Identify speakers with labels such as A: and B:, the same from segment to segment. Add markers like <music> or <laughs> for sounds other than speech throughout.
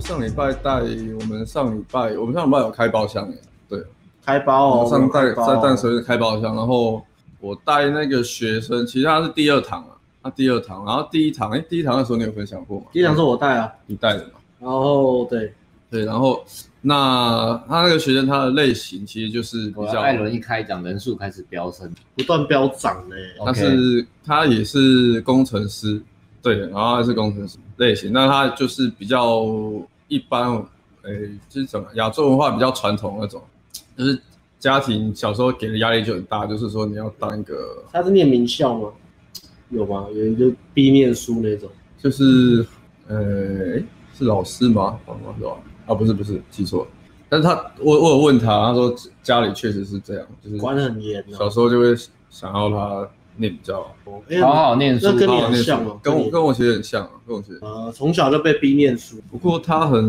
A: 上礼拜带我们上礼拜我们上礼拜有开包厢哎，
B: 开包
A: 我
B: 哦，
A: 上在
B: 开包
A: 在淡水开包厢，然后我带那个学生，其实他是第二堂啊，他第二堂，然后第一堂哎、第一堂的时候你有分享过吗？
B: 机场是我带啊，
A: 你带的嘛？
B: 然后对，
A: 对，然后那他那个学生他的类型其实就是比
C: 我
A: 较
C: 艾伦一开讲，人数开始飙升，
B: 不断飙涨呢。
A: 他是呃他也是工程师，对，然后他是工程师类型，那他就是比较一般，诶、就是怎么亚洲文化比较传统那种，就是家庭小时候给的压力就很大，就是说你要当一个，
B: 他是念名校吗？有吗？有人就逼念书那种，
A: 就是呃、诶是老师吗？好像是吧？啊，不是不是，记错了。但是他我我有问他，他说家里确实是这样，就是
B: 管得很严哦
A: 嗯小时候就会想要他念比较好，
B: 哦。
C: 好
B: 哎，
C: 好念书
B: 那，跟你
A: 好好念
B: 很
A: 书
B: 像哦，
A: 跟我
B: 你
A: 跟我其实很像啊，跟我其实很像
B: 呃从小就被逼念书，
A: 不过他很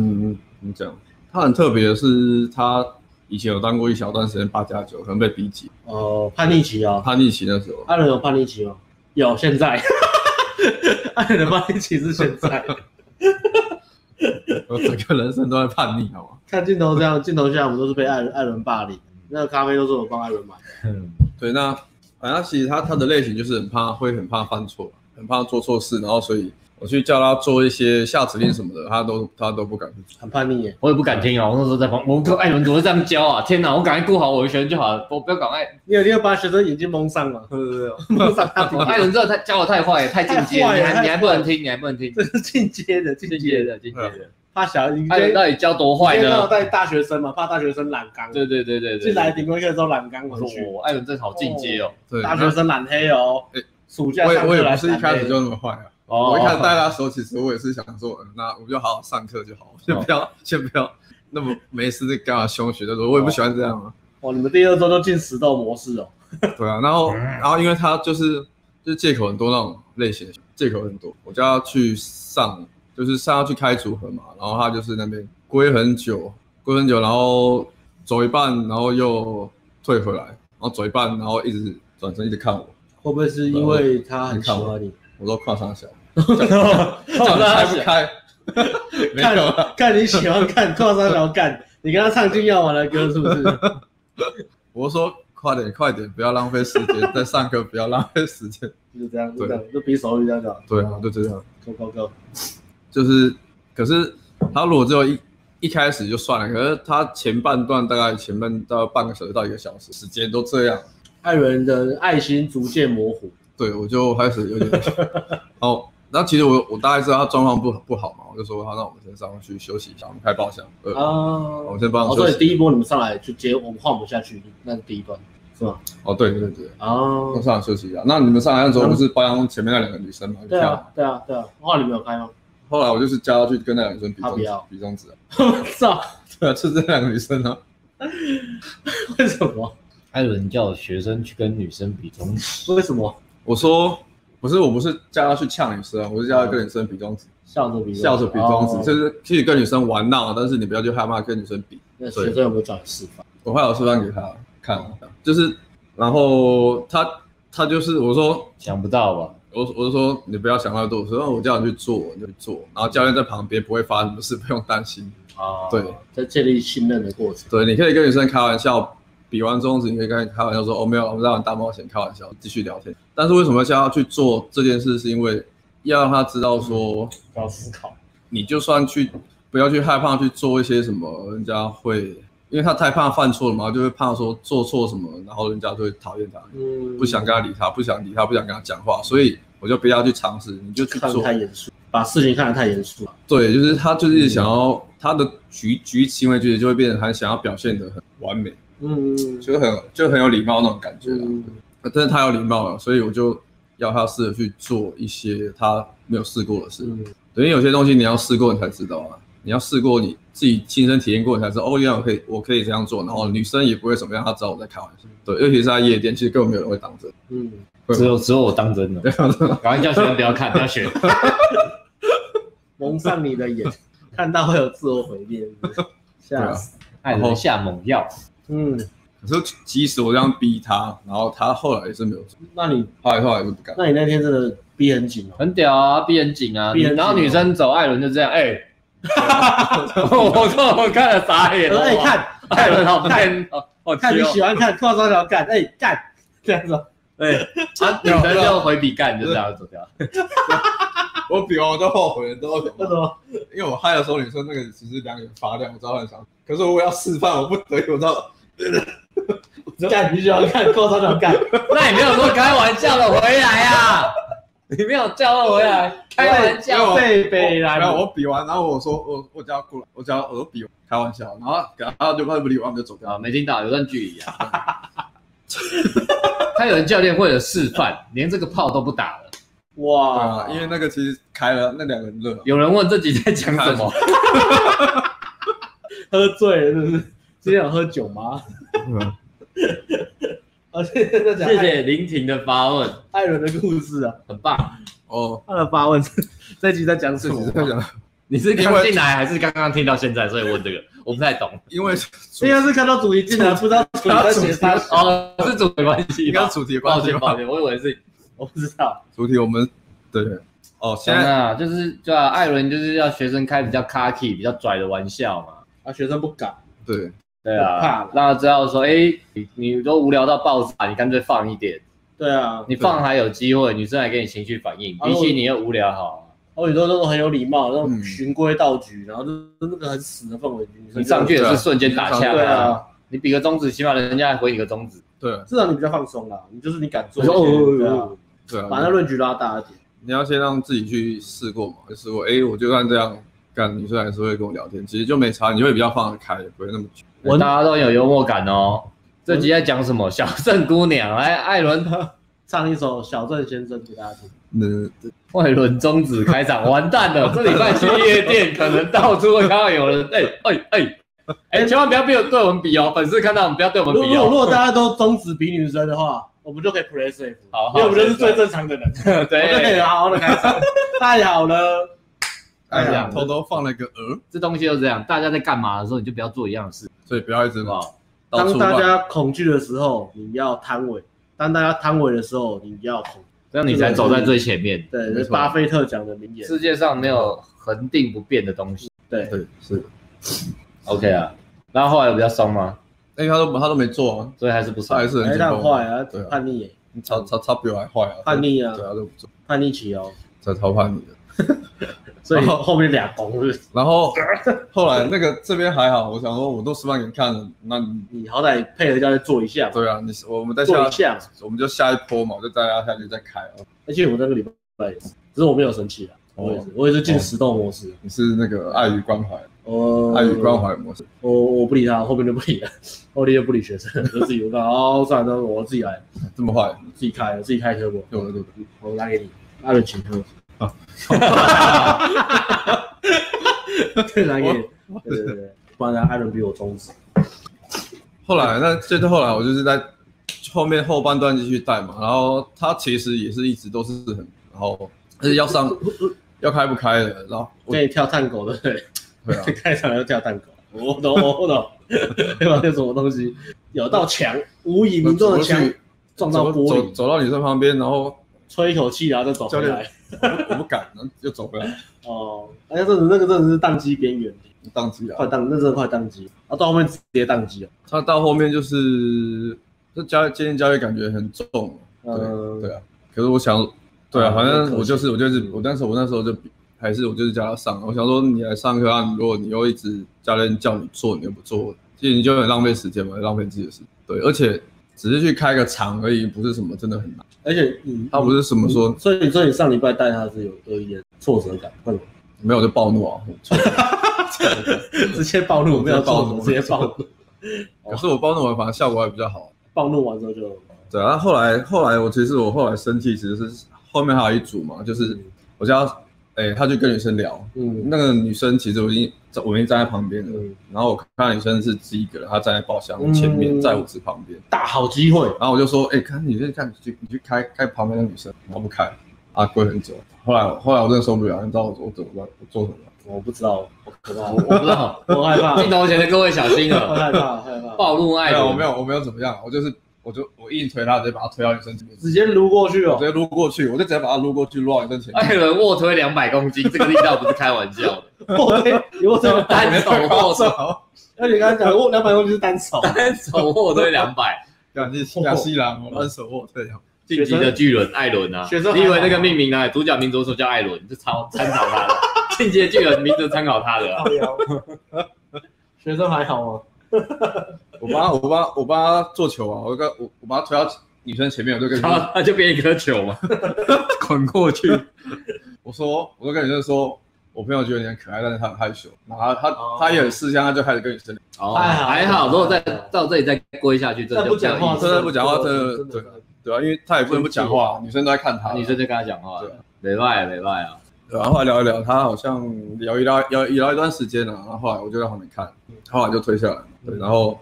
A: 怎么讲？他很特别的是，他以前有当过一小段时间八加九，可能被逼急，哦
B: 呃，叛逆期啊。
A: 叛逆期那时候。
B: 艾伦有叛逆期吗？有，现在。 <laughs> 艾伦的叛逆期是现
A: <laughs>
B: 在。
A: 我哦整个人生都在叛逆，好吗？
B: 看镜头这样，镜头下我们都是被艾伦艾伦霸凌。那个咖啡都是我帮艾伦买的。
A: 对，那反正他其实他他的类型就是很怕，会很怕犯错，很怕做错事，然后所以我去叫他做一些下指令什么的，他都他都不敢去做。
B: 很叛逆耶。
C: 我也不敢听啊。我那时候在旁，我跟艾伦怎么会这样教啊？天哪，我赶快顾好我的学生就好了，我不要赶快。
B: 你有你有把学生眼睛蒙上嘛？对不对？ <laughs> 蒙上他
A: <laughs>
C: 艾伦真的太教的太坏，太进阶，
B: 太坏
C: 你
B: 了
C: 还你还
B: 太坏了
C: 不能听，你还不能听，
B: 这是进阶的，进
C: 进
B: 阶
C: 阶
B: 的。
C: 的进阶的。
B: 怕小，你
C: 艾伦到底教多坏
B: 你今天刚好
C: 呢？
B: 带大学生嘛，怕大学生染缸。
C: 对对对对对，
B: 进来顶规课之后染缸
C: 我
B: 回
C: 说
B: 去，
C: 我艾伦真的好进阶哦。
A: 对，
B: 大学生染黑哦
A: 哎。
B: 暑假
A: 那我也
B: 上
A: 我
B: 课
A: 也
B: 来
A: 不是一
B: 染
A: 开始
B: 黑。
A: 就那么坏啊。
C: 哦，
A: 我一开始带他的时候，其实我也是想说，嗯那我们就好好上课就好，先不要、先不要那么没事在干嘛凶学的时候，我也不喜欢这样啊。
B: 哦，你们第二周就进石头模式哦。
A: 对啊，然后然后因为他就是就是借口很多那种类型，借口很多，我叫他去上，就是上他去开组合嘛，然后他就是那边归很久，归很久，然后走一半，然后又退回来，然后走一半，然后一直转身一直看我，
B: 会不会是因为他很喜欢你？
A: 我说跨上小，
B: 看
A: 叫你开不开？啊没有啊，
B: 看你喜欢看跨山小干，你跟他唱金耀丸的歌是
A: <laughs>
B: 不是？
A: 我说快点快点，不要浪费时间，在上课不要浪费时间。
B: 就这样，就这样，就比手语这样讲。
A: 对啊，就这样。
B: ，Go Go Go！
A: 就是，可是他如果只有一一开始就算了，可是他前半段大概前半到半个小时到一个小时时间都这样，
B: 艾伦的爱心逐渐模糊，
A: 对我就开始有
B: <laughs>
A: 点，哦，那其实我我大概知道他状况不不好嘛，我就说好，那我们先上去休息一下，我们开包厢，呃，我
B: 哦，
A: 们先帮
B: 哦，
A: 他
B: 所
A: 休
B: 以
A: 息，
B: 第一波你们上来就接，我们换不下去，那是第一段是吗？
A: 哦，对对对对，我们
B: 哦，
A: 上来休息一下。那你们上来的时候不是包厢前面那两个女生嘛？你
B: 对
A: 看
B: 啊，对啊，对啊，后来你们有开 <laughs> 吗？
A: 后来我就是叫他去跟那两个女生比
B: 他
A: 中
B: 不
A: 指
B: 要，
A: 比中指啊， <laughs>
B: 我操，
A: 对啊，就这两个女生啊。
B: 为什么？
C: 艾伦叫学生去跟女生比中指，
B: 为什么？
A: 我说不是，我不是叫他去呛女生，啊我是叫他跟女生比中指，
B: 笑着比，
A: 笑着比中指，
B: 哦
A: 就是去跟女生玩闹，但是你不要去害怕跟女生比。
B: 那学生有没有转示范？
A: 我后来有示范给他看，就是然后他他就是我说
C: 想不到吧？
A: 我我就说你不要想太多，我说哦我叫你去做你就去做，然后教练在旁边不会发生什么事，不用担心。
C: 啊，
A: 对
B: 哦在建立信任的过程，
A: 对，你可以跟女生开玩笑。比完中指，你可以跟她开玩笑说：“哦，没有，我们在玩大冒险，开玩笑，继续聊天。”但是为什么叫他去做这件事，是因为要让他知道说，
B: 要思考。
A: 你就算去不要去害怕去做一些什么，人家会，因为他太怕犯错了嘛，就会怕说做错什么，然后人家就会讨厌他，
B: 嗯
A: 不想跟他理他，不想理他，不想跟他讲话，所以我就不要去尝试，你就去
B: 看得
A: 做
B: 太。严肃，把事情看得太严肃了。
A: 对，就是他就是想要、他的举举行为举止就会变成他想要表现得很完美，
B: 嗯，
A: 就是很就很有礼貌那种感觉啦。
B: 嗯，
A: 但是太有礼貌了，所以我就要他试着去做一些他没有试过的事。
B: 嗯，
A: 等于有些东西你要试过你才知道啊，你要试过你自己亲身体验过你才知道，哦，原来我可以我可以这样做，然后女生也不会怎么样，她知道我在开玩笑。对，尤其是在夜店，其实根本没有人会当真。
B: 嗯，
C: 只有只有我当真了，赶快叫学生不要看，不
A: <laughs>
C: 要学。
B: 蒙上你的眼， <laughs> 看到会有自我毁灭，是 <laughs> 不是吓死。
C: 艾伦下猛药，
B: 嗯，
A: 可是即使我这样逼她，然后她后来也是没有做，
B: 那你
A: 后来后来也是不敢。
B: 那你那天真的逼很紧哦，
C: 很屌啊，逼很紧啊。
B: 逼很紧
C: <laughs> 然后女生走，艾伦就这样，哎、我看我看了傻眼了，
B: 哎、
C: 哇，
B: 看
C: 艾伦好看哦，好
B: 看
C: 气
B: 你
C: 哦，
B: 喜欢看，跨双条干，哎、干这样子哦，
C: 对，啊，女生就回笔干，就这样走掉。
A: 我比完我都后悔了，你知道为什么
B: 为
A: 吗
B: 什？么？
A: 因为我嗨的时候，你说那个只是两眼发亮，我知道很想，可是我要示范，我不得已，我知道
B: 干你喜欢看跨双条干，
C: 那你没有说开玩笑的回来啊？你没有叫他回来， <laughs> 开玩
A: 因为
C: 笑
A: 我
B: 被北兰
A: 哦然后我比完，然后我说我我只要过来，我只要我说比完开玩笑，然后然后就他不理我，我们就走掉。
C: 啊，没听到，有段距离啊。他有人教练为了示范，连这个炮都不打了。
A: 对
B: 哇
A: 啊，，因为那个其实开了那两个人热啊，
C: 有人问这集在讲什么？
B: 喝醉了是不是？今天有喝酒吗？而且在讲
C: 谢
B: 艾
C: 谢林婷的发问，
B: 艾伦的故事啊，
C: 很棒。
A: 哦，
B: 他的发问是这集在讲什
A: 自己
B: 么？
A: 在想，
C: 你是刚进来还是刚刚听到现在，所以问 <laughs> 这个？我不太懂。
A: 因为主
B: 应该是看到主题进来，不知道主题在写啥，
C: <laughs> 哦，是主题关系
A: 应该
C: 吧哦
A: 是？主题有
C: 抱
A: 关系
C: 歉抱
A: 吧，
C: 歉，我以为是
B: 我不知道。
A: 主题我们对哦，现在
C: 啊，就是对啊，艾伦就是要学生开比较 cocky、比较拽的玩笑嘛。
B: 啊，学生不敢，
A: 对
C: 对
B: 我怕
C: 啊
B: 了，
C: 让他知道说，哎、你你都无聊到爆炸，你干脆放一点，
B: 对啊，
C: 你放还有机会，女生还给你情绪反应，
B: 啊
C: 比起你又无聊好，
B: 我有时候那种很有礼貌，那种
A: 嗯
B: 循规蹈矩，然后就是那个很死的氛围，女生
C: 你上去也
A: 对
C: 是
A: 啊
C: 瞬间打
A: 你
C: 枪
A: 上
B: 对啊，
C: 你比个中指，起码人家还回你个中指。
A: 对
B: 至少你比较放松啦，你就是你敢做一
C: 我说哦
B: 些，对啊
C: 哦，
A: 对
B: 把那
A: 啊，
B: 论据拉大一点。
A: 你要先让自己去试过嘛，就试过，哎，我就算这样干，女生还是会跟我聊天，其实就没差，你会比较放得开，不会那么久。
B: 我
C: 大家都很有幽默感哦。这集在讲什么？小镇姑娘，哎，艾伦，
B: 唱一首《小镇先生》给大家听。
A: 嗯，
C: 艾伦中指开 <laughs> 场，完蛋了！这礼拜去夜店，可能到处会看到有 <laughs> 人，哎哎哎哎，千万不要被我对我们比哦，粉丝看到我们不要对我
B: 如
C: 们
B: 果
C: 比
B: 如
C: 哦。
B: 果大家都中指比女生的话，我们就可以 play safe，
C: 好好
B: 因为我们就是最正常的人，我 <laughs> 们就可以
C: 哦对，
B: 好好的开
A: <laughs>
B: 场。太好了，
A: 哎
C: 哎
A: 呀
C: 呀，
A: 偷偷放了一个鹅，
C: 这东西就是这样，大家在干嘛的时候，你就不要做一样的事，
A: 所以不要一直
C: 好不好？
A: 到
B: 当
A: 处
B: 大
A: 乱。
B: 家恐惧的时候，你要摊尾；当大家摊尾的时候，你要恐。
C: 这样你才走在最前面。
B: 对，
A: 没
B: 这是
A: 错
B: 巴菲特讲的名言。
C: 世界上没有恒定不变的东西。
B: 对，
A: 对，是，
C: OK 啊，然后后来有比较松吗？
A: 因为他都他都没做啊，
C: 所以还是不松
A: 他。还是很
B: 哎，
A: 紧
B: 他很坏
A: 绷，
B: 啊
A: 对，啊
B: 叛逆耶，
A: 他他他比我还坏啊，
B: 叛逆啊
A: 对，他都不做，
B: 叛逆期哦，
A: 他超叛逆的。
B: 所以
A: 哦
B: 后面俩公是不是
A: 然
B: <laughs>
A: 后后来那个这边还好，我想说我都示范给你看了，那你
B: 你好歹配合教练做一下嘛，
A: 对啊，你我们再
B: 做
A: 下
B: 一下嘛。
A: 我们就下一波嘛，我就大家下去再开啊。
B: 而哎且我那个礼拜也是，只是我没有生气啊，我
A: 哦
B: 也是，我也是进石洞模式。啊
A: 你是那个爱与关怀，
B: 哦，
A: 爱与关怀模式。
B: 呃我我不理他，后面就不理了，后面就不理学生，就自己我搞，哦，算了，我自己来，
A: 这么坏，
B: 自己开，我自己开车我，
A: 对不对？对
B: 我拿给你，阿伦请喝。
A: 哦
B: <laughs> 对，拿给
A: 哦
B: 你，对对对，不然艾伦比我中指。
A: 后来那这后来我就是在后面后半段继续带嘛，然后他其实也是一直都是很，然后就是要
B: 呃
A: 上要开不开的，然后我
B: 跟你跳探狗对不对？
A: 对
B: <laughs>
A: 啊，
B: 开场要跳探狗，我懂我懂， <laughs> 对吧？那什么东西，有道墙，无以名状的墙
A: 我走过去
B: 撞到
A: 走
B: 玻
A: 走
B: 璃，
A: 走到女生旁边，然后
B: 吹一口气，然后再走回
A: 教
B: 来
A: 练。我不敢，然后又走回来，
B: 哦，哎呀，这那个真的是宕机边缘，
A: 当机
B: 快
A: 啊。
B: 宕，那真的快宕机了啊！到后面直接宕机哦了。
A: 他到后面就是这教今天教育感觉很重，
B: 嗯
A: 对对啊。可是我想，对啊，
B: 嗯
A: 反
B: 可惜
A: 正我就是我就是我，但是我那时候就比还是我就是叫他上，我想说你来上课啊，如果你又一直教练叫你做，你又不做，其实你就很浪费时间嘛，浪费自己的时间。对，而且只是去开个场而已，不是什么真的很难。
B: 而且你
A: 他不是什么说
B: 所以所以你上礼拜带他是有有一点挫折感，会吗？
A: 没有就暴怒啊，
B: 直接暴怒， <laughs> 没有挫折，直
A: 直
B: 接
A: 接
B: 暴
A: 暴
B: 怒，
A: 可是我暴怒完反而效果还比较好。
B: 暴怒完之后就
A: 对啊，后来后来我其实我后来生气，其实是后面还有一组嘛，就是我叫他，哎、他去跟女生聊，
B: 嗯
A: 那个女生其实我已经我已经站在旁边了，
B: 嗯
A: 然后我看女生是自己一个人，她站在包厢前面，
B: 嗯
A: 在我子旁边，
B: 大好机会，
A: 然后我就说，哎、看女生看你去你去开开旁边的女生，然后不开，啊，跪很久。后来我后来我真的受不了，你知道我我怎么办？我做什么吗？
B: 我不知道，我可怕，
C: 我不知道，
B: 我害
C: <laughs>
B: 怕，
C: 镜头前的各位小心 <laughs>
B: 我
C: 了，
B: 害怕，害怕，
C: 暴露艾
A: 没有，我
C: 伦。
A: 没有，我没有怎么样，啊我就是我就我硬推她，直接把她推到女生前面，
B: 直接撸过去
A: 我
B: 哦
A: <laughs> 直，
C: 哎
A: 接撸过去，我就直接把她撸过去，撸到女生前面。
C: <laughs> 艾伦卧推两百公斤，这个力道不是开玩笑的。
B: 我对，如果这个单，
C: 单手
A: <laughs>
C: 握手，
B: 而且刚才讲握两百公斤是单手，
C: 单手握推两百，
A: 感谢西亚西郎哦，单手握退两。
C: 晋级的巨人艾伦啊
B: 学生，还好
C: 你以为那个命名呢？啊主角名字说叫艾伦，就抄参考他的， <laughs> 进阶巨人名字参考他的啊。
A: <laughs>
B: 学生还好哦吗？
A: 我帮他我帮他我帮他做球啊，我跟我我把他推到女生前面，我就跟
C: 然后他就变一颗球嘛， <laughs> 滚过去。
A: 我说，我就跟女生说，我朋友觉得你很可爱，但是他很害羞，然后他
B: 哦
A: 他他也很识相，他就开始跟女生聊，
C: 哦，
B: 还好
C: 还好，如果再到这里再归下去，这
B: 再
C: 就
B: 不
C: 比较
B: 讲话，
C: 意
A: 真
C: 思
A: 的不讲话真的
B: 真的
A: 对对啊，因为他也不能不讲话，女生都在看他，
C: 女生就跟他讲话
A: 对
C: 了，没赖没赖啊。
A: 对啊，后来聊一聊，他好像聊一聊聊聊一段时间了，然后后来我就在旁边看，后来就推下来，对，然后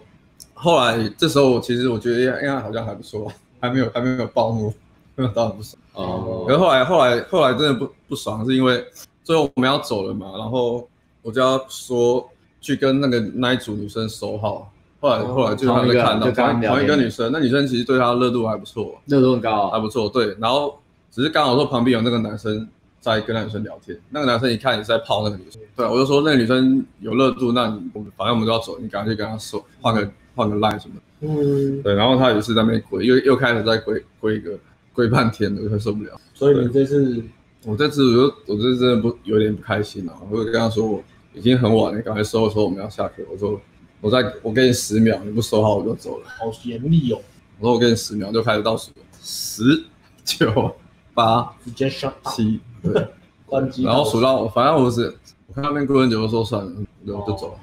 A: 后来这时候我其实我觉得哎呀好像还不错，还没有还没有暴怒，没有到很不爽。可
C: 哦，
A: 是后来后来后来真的不不爽，是因为最后我们要走了嘛，然后我就要说去跟那个那一组女生收号。后来
B: 哦
A: 后来就他
C: 同一
A: 们
C: 个
A: 看到
C: 就跟他
A: 同一
C: 们聊
A: 同一个
C: 天
A: 女生，那女生其实对他热度还不错，
C: 热度很高
A: 还
C: 啊。
A: 不错，对。然后只是刚好说旁边有那个男生在跟那女生聊天，那个男生一看也是在泡那个女生，对啊我就说那个女生有热度，那你我们反正我们都要走，你赶快去跟她说，换个换个 line 什么的。
B: 嗯，
A: 对，然后他也是在那边鬼，又又开始在鬼鬼一个鬼半天了，我快受不了。
B: 所以你这次
A: 我这次我就我这次真的不有点不开心了、我就跟他说我已经很晚了，你赶快收说我们要下课。我说我再我给你十秒，你不收好我就走了。
B: 好严厉哦，
A: 我说我给你十秒就开始倒数，十九八
B: 直接 shut up，
A: 七，对，
B: 关机，
A: 然后数到反正我是我看那边过很久，我说算了，我就我就走了，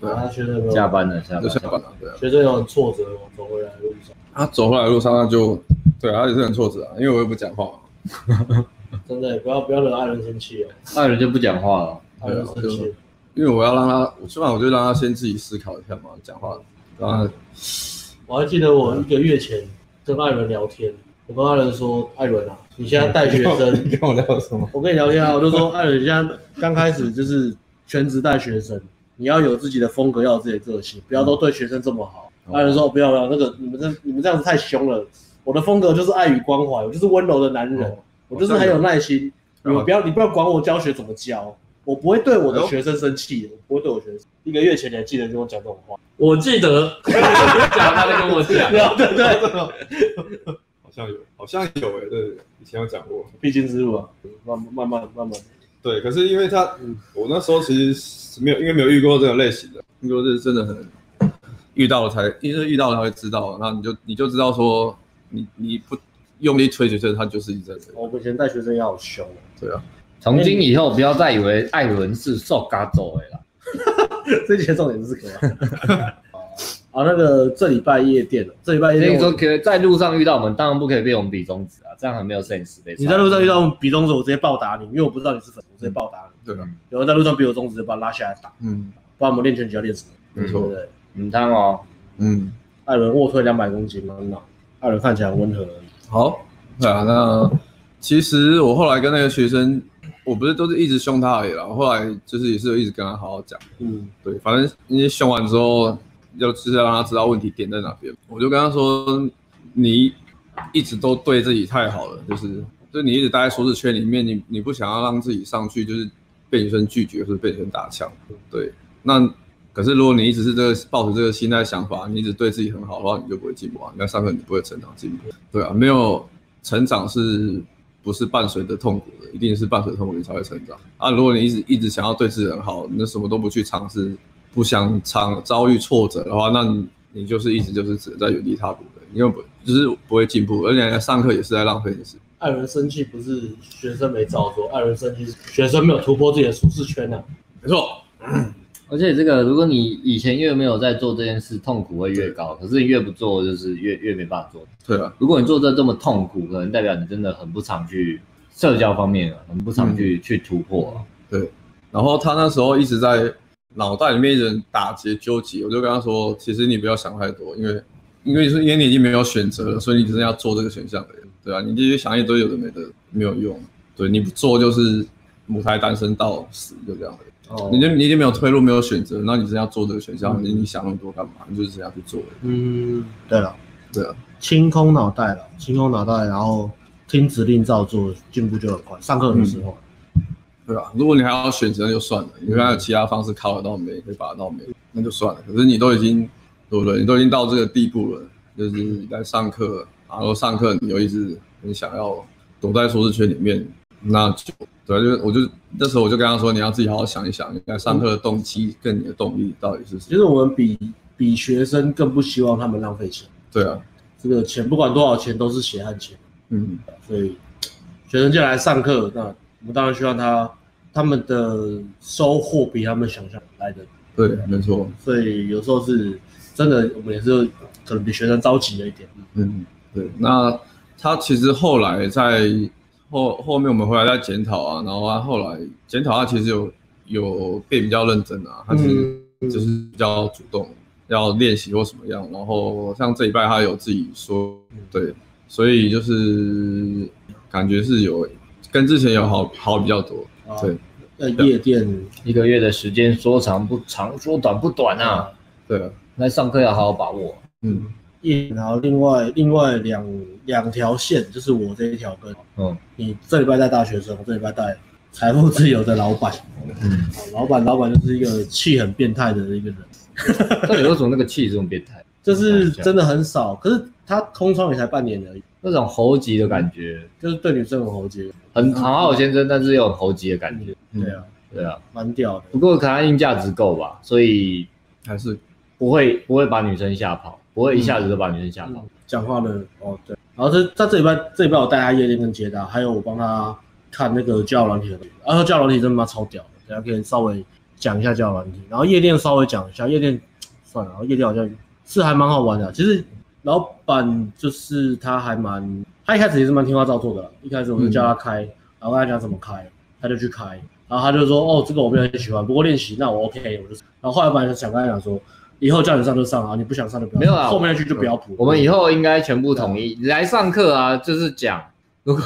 A: 对
B: 啊，
A: 啊，
B: 学生有没有
C: 下班了，下
A: 就
C: 班
A: 下
C: 了。
A: 班了，对啊。
B: 学生有很挫折吗？走回来的路上，
A: 他走回来的路上他就对啊，他也是很挫折啊，因为我也不讲话嘛，
B: 真的不要不要惹爱人生气哦，
C: 艾伦就不讲话了。
B: 爱人生
A: 啊
B: 气，
A: 因为我要让他，我起码我就让他先自己思考一下嘛，讲话，然后他
B: 我还记得我一个月前跟艾伦聊天，我跟艾伦说，艾伦啊，你现在带学生
A: 你跟我聊什么？
B: 我跟你聊天啊，我就说，艾伦现在刚开始就是全职带学生，你要有自己的风格，要有自己的个性，不要都对学生这么好。
A: 嗯
B: 艾伦说，不要不要，那个你们这你们这样子太凶了，我的风格就是爱与关怀，我就是温柔的男人，
A: 哦
B: 我就是很有耐心，
A: 这样子
B: 你们不要你不要管我教学怎么教，我不会对我的学生生气的，我不会对我学生。一个月前你还记得跟我讲这种话？
C: 我记得， <laughs> 讲他在跟我
B: <laughs>
C: 讲，
B: 对啊对对， <laughs>
A: 好像有，好像有诶，对，以前有讲过。
B: 必经之路啊，慢慢慢慢慢慢，
A: 对，可是因为他，嗯我那时候其实是没有，因为没有遇过这种类型的，遇过是真的很遇到了才，因为遇到了才会知道，然后你就你就知道说，你你不用力推学生，他就是一直在推。
B: 我们以前带学生也好凶啊，
A: 对啊，
C: 从今以后不要再以为艾伦是受嘎走的啦。
B: 这节重点是什么？ <laughs> 啊，那个这礼拜夜店哦，这礼拜夜
C: 所以
B: 店
C: 说，
B: 我，
C: 可以在路上遇到我们，当然不可以被我们比中指啊，这样很没啊有 sense 被。
B: 你在路上遇到比中指，我直接暴打你，因为我不知道你是粉，我直接暴打你。
A: 对啊，
B: 有人在路上比我中指，直接把他拉下来打，
A: 嗯，
B: 不然我们练拳击要练什么？
A: 没
B: 对不
A: 错，
B: 对？
C: 嗯，汤哦，
A: 嗯，
B: 艾伦卧推两百公斤吗？那艾伦看起来很温和而已。
A: 好，对啊，那其实我后来跟那个学生，我不是都是一直凶他而已啦，我后来就是也是有一直跟他好好讲。
B: 嗯，
A: 对，反正因为凶完之后，要就是要让他知道问题点在哪边。我就跟他说，你一直都对自己太好了，就是就你一直待在舒适圈里面，你你不想要让自己上去，就是被女生拒绝或者被女生打枪。对，那可是如果你一直是这个抱着这个心态想法，你一直对自己很好的话，你就不会进步啊，你在上课你不会成长进步。对啊，没有成长是。不是伴随着痛苦的，一定是伴随痛苦你才会成长啊！如果你一直一直想要对自己很好，你什么都不去尝试，不想尝遭遇挫折的话，那你你就是一直就是只能在原地踏步的，你根本不就是不会进步，而且你上课也是在浪费你的时间。
B: 艾伦生气不是学生没照做，艾伦生气是学生没有突破自己的舒适圈呢、啊。
A: 没错，
C: 而且这个，如果你以前越没有在做这件事，痛苦会越高。可是你越不做，就是越越没办法做。
A: 对啊，
C: 如果你做这这么痛苦，可能代表你真的很不常去社交方面啊，很
B: 嗯
C: 不常去、去突破啊、
A: 然后他那时候一直在脑袋里面一直打结纠结，我就跟他说，其实你不要想太多，因为因为是因为你已经没有选择了，所以你只是要做这个选项而已，对啊，你继续想一堆有的没的没有用，对，你不做就是母胎单身到死，就这样而已。
B: 哦
A: 你就你已经没有退路，没有选择，那你真的要做这个选项，你你想那么多干嘛？你就是这样去做而已。
B: 嗯，对了，
A: 对啊，
B: 清空脑袋了，清空脑袋，然后听指令照做，进步就很快。上课的时候，
A: 对吧？如果你还要选择，那就算了，你还有其他方式靠得到没，可以把得到没，那就算了。可是你都已经，对不对？你都已经到这个地步了，就是在上课，然后上课你又一直很想要躲在舒适圈里面，那就对啊，就是我就那时候我就跟他说，你要自己好好想一想，你在上课的动机跟你的动力到底是什
B: 其
A: 么？
B: 实我们比比学生更不希望他们浪费钱，
A: 对啊，
B: 这个钱不管多少钱都是血汗钱，
A: 嗯，
B: 所以学生进来上课，那我们当然希望他他们的收获比他们想象来的，
A: 对，没错，
B: 所以有时候是真的，我们也是可能比学生着急了一点。
A: 嗯，对。那他其实后来在后后面我们回来再检讨啊，然后他后来检讨他其实有有变比较认真啊，他其
B: 嗯
A: 实就是比较主动要练习或什么样。然后像这一拜他有自己说，
B: 嗯
A: 对，所以就是感觉是有跟之前有好好比较多。
B: 啊
A: 对，
B: 那夜店
C: 一个月的时间说长不长，说短不短啊。
A: 对啊，
C: 来上课要好好把握。啊
A: 嗯
B: 夜，然后另外另外两两条线就是我这一条跟
C: 嗯
B: 你这礼拜带大学生，我这礼拜带财富自由的老板。
C: 嗯，
B: 哦老板，老板就是一个气很变态的一个人，
C: 到底为什么那个气这么变态？
B: 就是真的很少。可是他空窗也才半年而已，
C: 那种猴急的感觉，
B: 就是对女生很喉结。
C: 很好好先生，但是又很猴急的感觉。
A: 嗯
B: 对啊，
C: 对啊，
B: 蛮屌的。
C: 不过可能他硬价值够吧，所以
A: 还是
C: 不会不会把女生吓跑，不会一下子就把女生吓跑。
B: 讲话的哦，对。然后这在这礼拜这礼拜我带他夜店跟接搭，还有我帮他看那个教软体的东西，然后教软体真的妈超屌的，大家可以稍微讲一下教软体，然后夜店稍微讲一下，夜店算了，然后夜店好像是还蛮好玩的。其实老板就是他还蛮，他一开始也是蛮听话照做的啦，一开始我就叫他开，
C: 嗯
B: 然后跟他讲怎么开，他就去开，然后他就说哦这个我没有很喜欢，不过练习那我 OK，我就，然后后来本来想跟他讲说。以后叫你上就上啊，你不想上就不要上。
C: 没有啦
B: 后面那句就不要谱。
C: 我们以后应该全部统一来上课啊，就是讲如果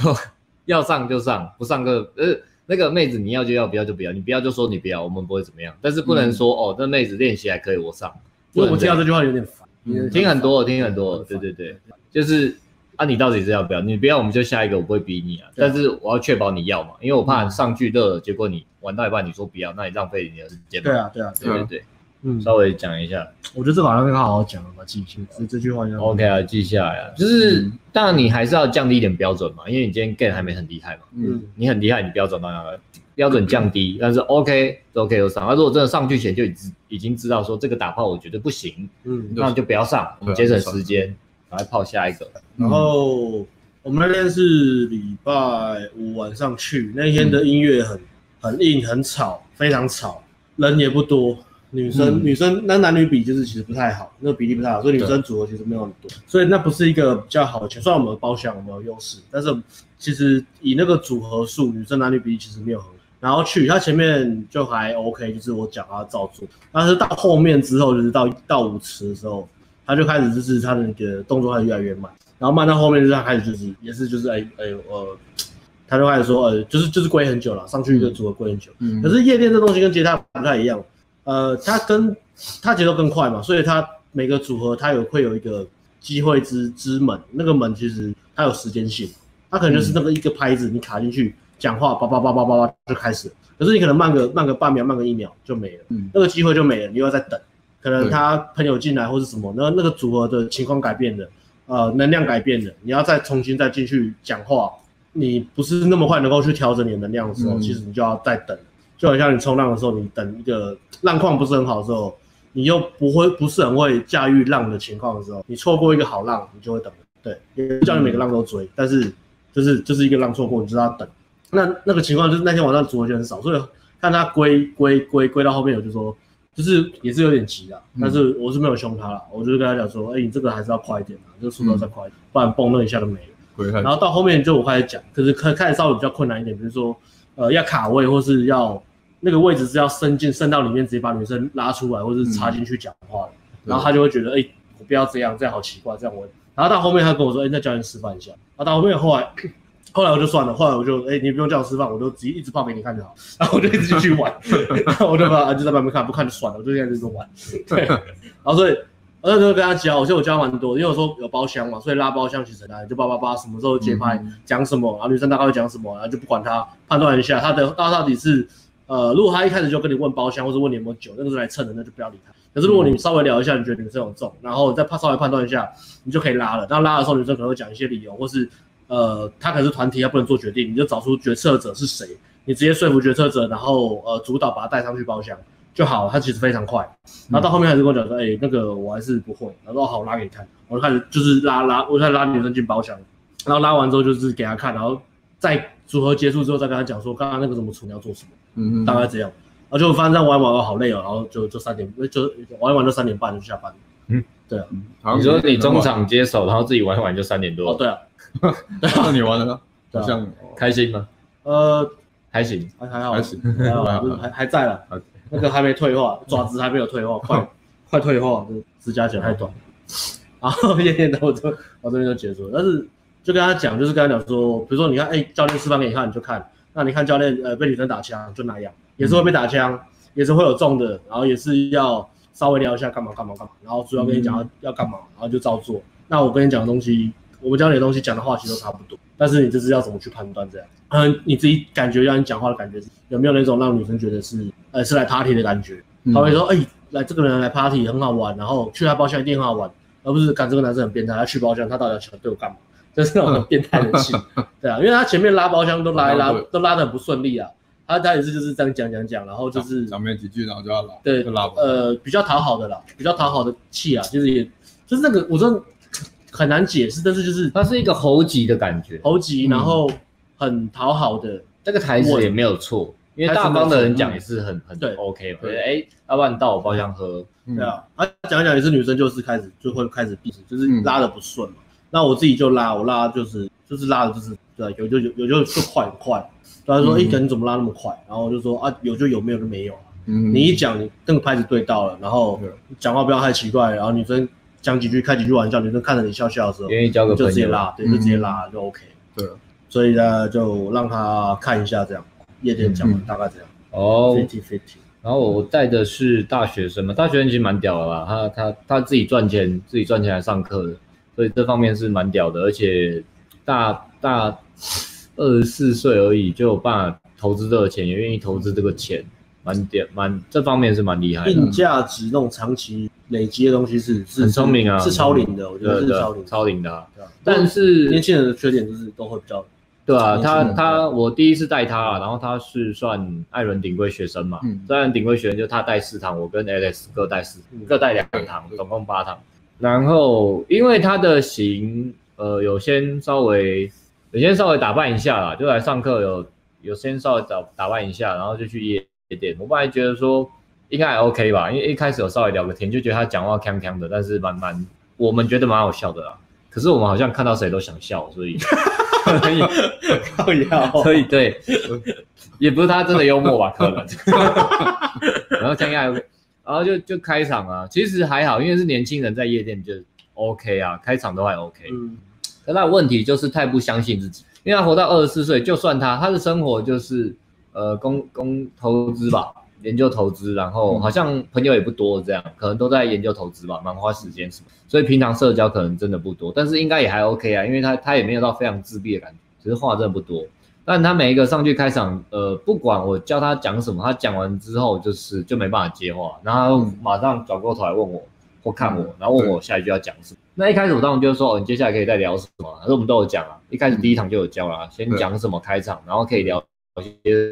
C: 要上就上， <laughs> 不上课呃那个妹子你要就要，不要就不要，你不要就说你不要，我们不会怎么样。但是不能说、哦，这妹子练习还可以，我上。
B: 因为我听到这句话有点烦，
A: 嗯
B: 有点
C: 听很多，我
B: 烦
C: 听很多，
B: 烦
C: 对对对，就是啊，你到底是要不要？你不要我们就下一个，我不会逼你啊。
B: 对啊
C: 但是我要确保你要嘛，因为我怕上剧热了，结果你玩到一半你说不要，那你浪费你的时间。
B: 对，啊对啊，对啊
C: 对对对，
B: 嗯，
C: 稍微讲一下。
B: 我觉得这个好像跟他好好讲了吧，记一下，这这句话应该
C: OK 啊，记下来啊。就是
A: 嗯
C: 当然你还是要降低一点标准嘛，因为你今天 game 还没很厉害嘛，
A: 嗯
C: 你很厉害，你标准当然了标准降低，但是 OK 都 OK 都上。那如果真的上去前就已知已经知道说这个打炮我觉得不行，
B: 嗯，
C: 那就不要上，我们节省时间，赶快泡下一个。
A: 嗯
B: 然后我们那天是礼拜五晚上去，那天的音乐很很硬，很吵，非常吵，人也不多。女生、
A: 嗯
B: 女生那男女比就是其实不太好，那个比例不太好，所以女生组合其实没有很多，所以那不是一个比较好的钱。虽然我们有包厢我们有优势，但是其实以那个组合数，女生男女比例其实没有很好。然后去他前面就还 OK，就是我讲他照做，但是到后面之后就是到到舞池的时候，他就开始就是他的那个动作开始越来越慢，然后慢到后面就是他开始就是也是就是哎哎呃，他就开始说呃就是就是跪很久了，上去一个组合跪很久。
A: 嗯，
B: 可是夜店这东西跟吉他不太一样，呃，它跟它节奏更快嘛，所以它每个组合它有会有一个机会之之门，那个门其实它有时间性，它可能就是那个一个拍子你卡进去讲话，叭叭叭叭叭叭就开始了，可是你可能慢个慢个半秒，慢个一秒就没了，
A: 嗯
B: 那个机会就没了，你又要再等，可能
A: 对
B: 他朋友进来或是什么，那那个组合的情况改变了，呃，能量改变了，你要再重新再进去讲话，你不是那么快能够去调整你的能量的时候，
A: 嗯
B: 其实你就要再等，就好像你冲浪的时候，你等一个浪况不是很好的时候，你又不会不是很会驾驭浪的情况的时候，你错过一个好浪，你就会等，对，也不叫你每个浪都追，但是就是就是一个浪错过，你就要等。那那个情况就是那天晚上组合就很少，所以看他归归归归到后面，我就说就是也是有点急啦，
A: 嗯
B: 但是我是没有凶他啦，我就跟他讲说，哎、你这个还是要快一点啊，就速度要再快一点，不然蹦那一下就没了。
A: 回看
B: 然后到后面就我开始讲，可是开开始稍微比较困难一点，比如说呃要卡位，或是要那个位置是要伸进伸到里面，直接把女生拉出来，或是插进去讲话的。然后他就会觉得，哎、我不要这样，这样好奇怪，这样我。然后到后面他跟我说，哎、那教你示范一下。然后到后面后来， <coughs> 后来我就算了，后来我就，哎、你不用叫我示范，我就直接一直泡给你看就好。 <laughs> 然后我就一直进 <laughs> 去玩，然后我就把就在旁边看，不看就算了，我就这样一直玩。对，然后所以而且就跟他教，我记得我教蛮多，因为我说有包厢嘛，所以拉包厢其实很难，就叭叭叭，什么时候节拍讲什么，然后女生大概会讲什么，然后就不管他，判断一下他的他到底是呃，如果他一开始就跟你问包厢或者问你有没有酒，那个是来蹭的，那就不要理他。可是如果你稍微聊一下，你觉得女生有中，然后再判稍微判断一下，你就可以拉了。那拉的时候，女生可能会讲一些理由，或是呃，他可能是团体，他不能做决定，你就找出决策者是谁，你直接说服决策者，然后呃主导把他带上去包厢就好了。他其实非常快，然后到后面还是跟我讲说，哎、那个我还是不会，然后说哦好拉给你看，我就开始就是拉拉，我就开始拉女生进包厢，然后拉完之后就是给他看，然后再组合结束之后再跟他讲说，刚刚那个怎么处你要做什么。
A: 嗯
B: 大
A: 哼，
B: 概这样。而且我发现这样玩一玩我好累哦，然后就就三点，就玩一玩就三点半就下班。
A: 好像
C: 你说你中场接手，然后自己玩一玩就三点
B: 哦，
C: 多，
B: 对啊，
A: 那你玩了吗，
B: <laughs> 对
A: 好
B: 啊
A: 像
C: 开心吗？
B: 呃，
C: 还行，
B: 还还好，啊
A: 还行，
B: 还好，
A: <laughs> 还
B: 还
A: 好
B: 还还在了
C: 好，
B: 那个还没退化，爪子还没有退化，
A: <laughs>
B: 快快退化，这指甲剪太短。然后夜店的我就我这边就结束了，但是就跟他讲，就是跟他讲说，比如说你看，哎、教练示范给你看，你就看，那你看教练呃被女生打枪就那样，也是会被打枪，也是会有中的，然后也是要稍微聊一下干嘛干嘛干嘛，然后主要跟你讲要、要干嘛，然后就照做。那我跟你讲的东西，我们教你的东西讲的话其实都差不多，但是你就是要怎么去判断这样，嗯，你自己感觉让你讲话的感觉有没有那种让女生觉得是呃是来 party 的感觉？
A: 嗯
B: 他会说，哎、来这个人来 party 很好玩，然后去他包厢一定很好玩，而不是干这个男生很变态，他去包厢他到底要想对我干嘛？就是那种很变态的气，对啊，因为他前面拉包厢都拉一拉
A: 好像会，
B: 都拉的很不顺利啊。他他也是就是这样讲讲讲，然后就
A: 讲
B: 是
A: 讲没几句，然后就要拉，
B: 对
A: 就拉不
B: 呃比较讨好的啦，比较讨好的气啊，就是也就是那个我真的很难解释，但是就是
C: 它是一个猴急的感觉，
B: 猴急，
A: 嗯
B: 然后很讨好的，
C: 这个台词也没有错，因为大方的人讲也是很很
B: 对
C: OK 嘛，就
B: 对
C: 是哎，要不然你到我包厢喝，
A: 嗯
B: 对啊，啊讲一讲也是女生就是开始就会开始闭嘴，就是
A: 嗯
B: 拉的不顺嘛。那我自己就拉，我拉就是就是拉的就是对啊，有就有有就就快很快。对他说：“哎、
A: 嗯
B: 欸，你怎么拉那么快？”然后我就说：“啊，有就有，没有就没有啊。
A: 嗯
B: 你一讲，你那个拍子对到了，然后
A: 对
B: 讲话不要太奇怪，然后女生讲几句开几句玩笑，女生看着你笑笑的时候，
C: 愿意交个
B: 就
C: 朋
B: 直接
C: 友，
B: 拉，对，
A: 啊
B: 就直接拉、
A: 嗯
B: 就 OK。
A: 对，
B: 所以呢，就让他看一下这样，夜店讲
A: 嗯
B: 完大概这样
C: 哦，
B: ，fifty fifty。
C: 然后我带的是大学生嘛，大学生其实蛮屌的啦，他他他自己赚钱，自己赚钱来上课的，所以这方面是蛮屌的，而且大大二十四岁而已就有办法投资这个钱，也愿意投资这个钱，蛮屌蛮这方面是蛮厉害的，
B: 硬价值那种长期累积的东西是是
C: 嗯很聪明啊
B: 是超龄的，我觉得
C: 对
B: 是
C: 对
B: 超龄，
C: 超龄的啊、
B: 对啊。
C: 但是
B: 年轻人的缺点就是都会比较
C: 对啊，他
A: 年轻人
C: 他我第一次带他，啊然后他是算艾伦顶规学生嘛，
A: 嗯
C: 虽然顶规学生就他带四堂，我跟 Alex 各带四，
B: 嗯
C: 各带两堂
A: 对，对
C: 总共八堂。然后因为他的型，呃，有先稍微有先稍微打扮一下啦，就来上课有有先稍微打打扮一下，然后就去夜店。我本来觉得说应该还 OK 吧，因为一开始有稍微聊个天，就觉得他讲话锵锵的，但是蛮蛮我们觉得蛮好笑的啦。可是我们好像看到谁都想笑，所以 <laughs> 所以
B: 高压
C: 所 <laughs> 以对，也不是他真的幽默吧，可能。然后尴尬，然后就就开场啊，其实还好，因为是年轻人在夜店就 OK 啊，开场都还 OK。
B: 嗯，
C: 可他的问题就是太不相信自己，因为他活到二十四岁，就算他他的生活就是呃公公投资吧，研究投资，然后
A: 嗯
C: 好像朋友也不多，这样可能都在研究投资吧，蛮花时间什么，所以平常社交可能真的不多，但是应该也还 OK 啊，因为他他也没有到非常自闭的感觉，只是话真的不多。但他每一个上去开场，呃，不管我教他讲什么，他讲完之后就是就没办法接话，然后他马上转过头来问我或看我
A: 嗯，
C: 然后问我下一句要讲什么。那一开始我当然就说，哦，你接下来可以再聊什么啊？可是我们都有讲啊，一开始第一堂就有教啦，先讲什么开场，然后可以聊一些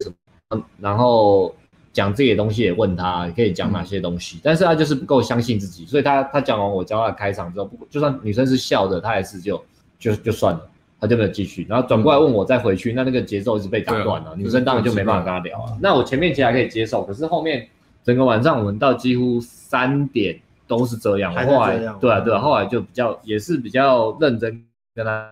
C: 什么，嗯然后讲自己的东西也问他可以讲
A: 嗯
C: 哪些东西，但是他就是不够相信自己，所以他他讲完我教他的开场之后，不就算女生是笑的，他还是就就就算了。他就没有继续，然后转过来问我再回去，那那个节奏一直被打断了、
A: 对啊
C: 女生当然就没办法跟他聊啊。那我前面其实还可以接受，可是后面整个晚上我们到几乎三点都是这样，我
B: 还在
C: 后来
B: 这样
C: 对啊对啊，后来就比较也是比较认真跟他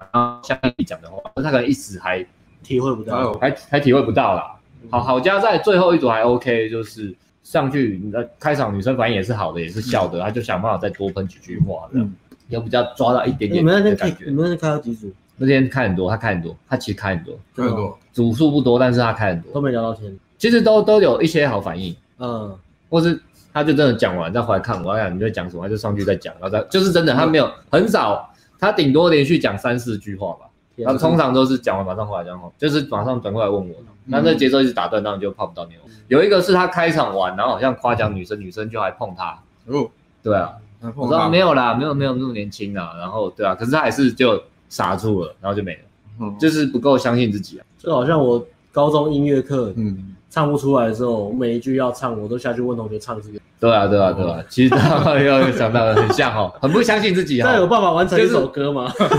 C: 讲啊，像你讲的话，他可能一时还
B: 体会不
A: 还
B: 到
A: 有。
C: 还还体会不到啦。
B: 嗯
C: 好好加在最后一组还 OK，就是上去那开场女生反应也是好的，也是笑
B: 嗯
C: 的，她就想办法再多喷几句话这样，有比较抓到一点
B: 哎你
C: 点
B: 们那天
C: 的感
B: 看，你
C: 觉。
B: 们那天看到几组
C: 那天看很多，他看很多，他其实看很多，
A: 看很多，
C: 组数不多，但是他看很
B: 都
C: 多，
B: 没聊到天，
C: 其实都都有一些好反应，
B: 嗯，
C: 或是他就真的讲完再回来看我，哎呀，你在讲什么？他就上去再讲，然后再就是真的他没有很少，他顶多连续讲三四句话吧。
B: 嗯啊
C: 然后通常都是讲完马上回来，然后就是马上转过来问我，那这节奏一直打断，当然就泡不到妞。有一个是他开场完，然后好像夸奖女生，女生就还碰他，
A: 哦，
C: 对啊，
A: 那碰
C: 我
A: 到
C: 说
A: 他
C: 没有啦，没有没有那么年轻啦，然后对啊，可是他还是就傻住了，然后就没了，
A: 嗯
C: 就是不够相信自己啊。
B: 就好像我高中音乐课
A: 嗯，
B: 唱不出来的时候，我每一句要唱，我都下去问同学唱这个，
C: 对啊，对啊，对啊，其实大家 <laughs> 又想到了，很像哦，很不相信自己
B: 这样有
C: 哦，
B: 办法完成一首歌吗？ <laughs>
C: <laughs>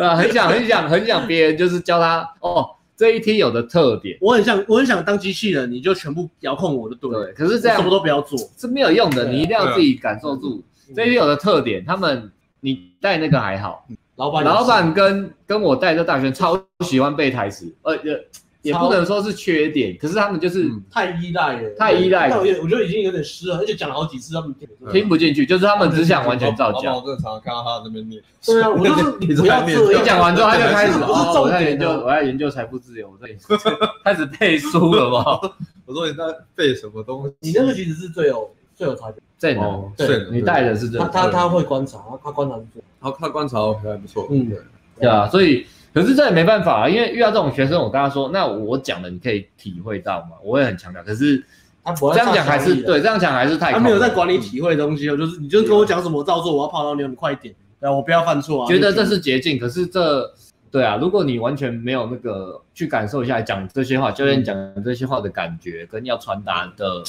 C: 对啊，很想很想很想别人就是教他哦，这一题有的特点，
B: 我很想，我很想当机器人，你就全部遥控我就对了，
C: 对，可是这样
B: 我什么都不要做。
C: 是没有用的，
B: 对啊
C: 你一定要自己感受住。
B: 嗯
C: 这些有的特点，他们你带那个还好，
B: 老板也是，
C: 老板跟跟我带这大学生超喜欢背台词，呃也也
B: 超
C: 不能说是缺点，可是他们就是
A: 嗯
B: 太依赖了，
C: 太依赖了
B: 但我觉得我觉得已经有点失衡，而且讲了好几次，他们听不懂
C: 听不进去，就是他们只想完全照
B: 哦
A: 老板
C: 讲。
A: 我真的常常看到他在那边念，
B: 对啊，我就是你不要这
A: <laughs> 你
B: 样。
A: 是
C: 一讲完之后，他就开始
B: 这不是
C: 哦，我
B: 重
C: 在研
B: 点
C: 究，
B: 啊。
C: 我在研究财富自由，我在研究 <laughs> 开始背书了
B: <laughs> 啊
C: 嘛？
A: 我说你在背什么东西？
B: 你那个其实是最有最有才的，
C: 在哪？
A: 哦，
B: 对啊
A: 对，
C: 你带的是这
B: 他他
C: 对
B: 他会观察，他他观察不
A: 好，他观察我还不错，
B: 嗯
A: 对，
C: 对啊，所以可是这也没办法啊，因为遇到这种学生，我跟他说，那我讲的你可以体会到嘛，我会很强调。可是
B: 他不会
C: 这样讲
B: 差
C: 还
B: 小
C: 是
B: 力的，啊
C: 对，这样讲还是太
B: 他没有在
C: 空了
B: 管理体会的东西哦，就是你就是跟我讲什么，我照做，我要泡到妞，你快一点，对啊，我不要犯错啊。
C: 觉得
B: 你
C: 这是捷径，可是这对啊，如果你完全没有那个去感受一下讲这些话，教练讲这些话的感觉跟要传达的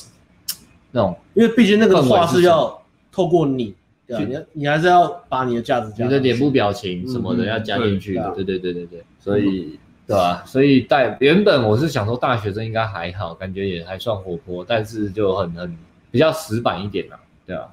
C: 那种，
B: 因为毕竟那个话
C: 氛围是
B: 是要透过你，对啊
C: 去
B: 你要你还是要把你的价值加上去。
C: 你的脸部表情什么的
A: 嗯
C: 要加进去
B: 对啊，
C: 对对对对对，所以。对啊，所以带原本我是想说大学生应该还好，感觉也还算活泼，但是就很很比较死板一点啦、对啊，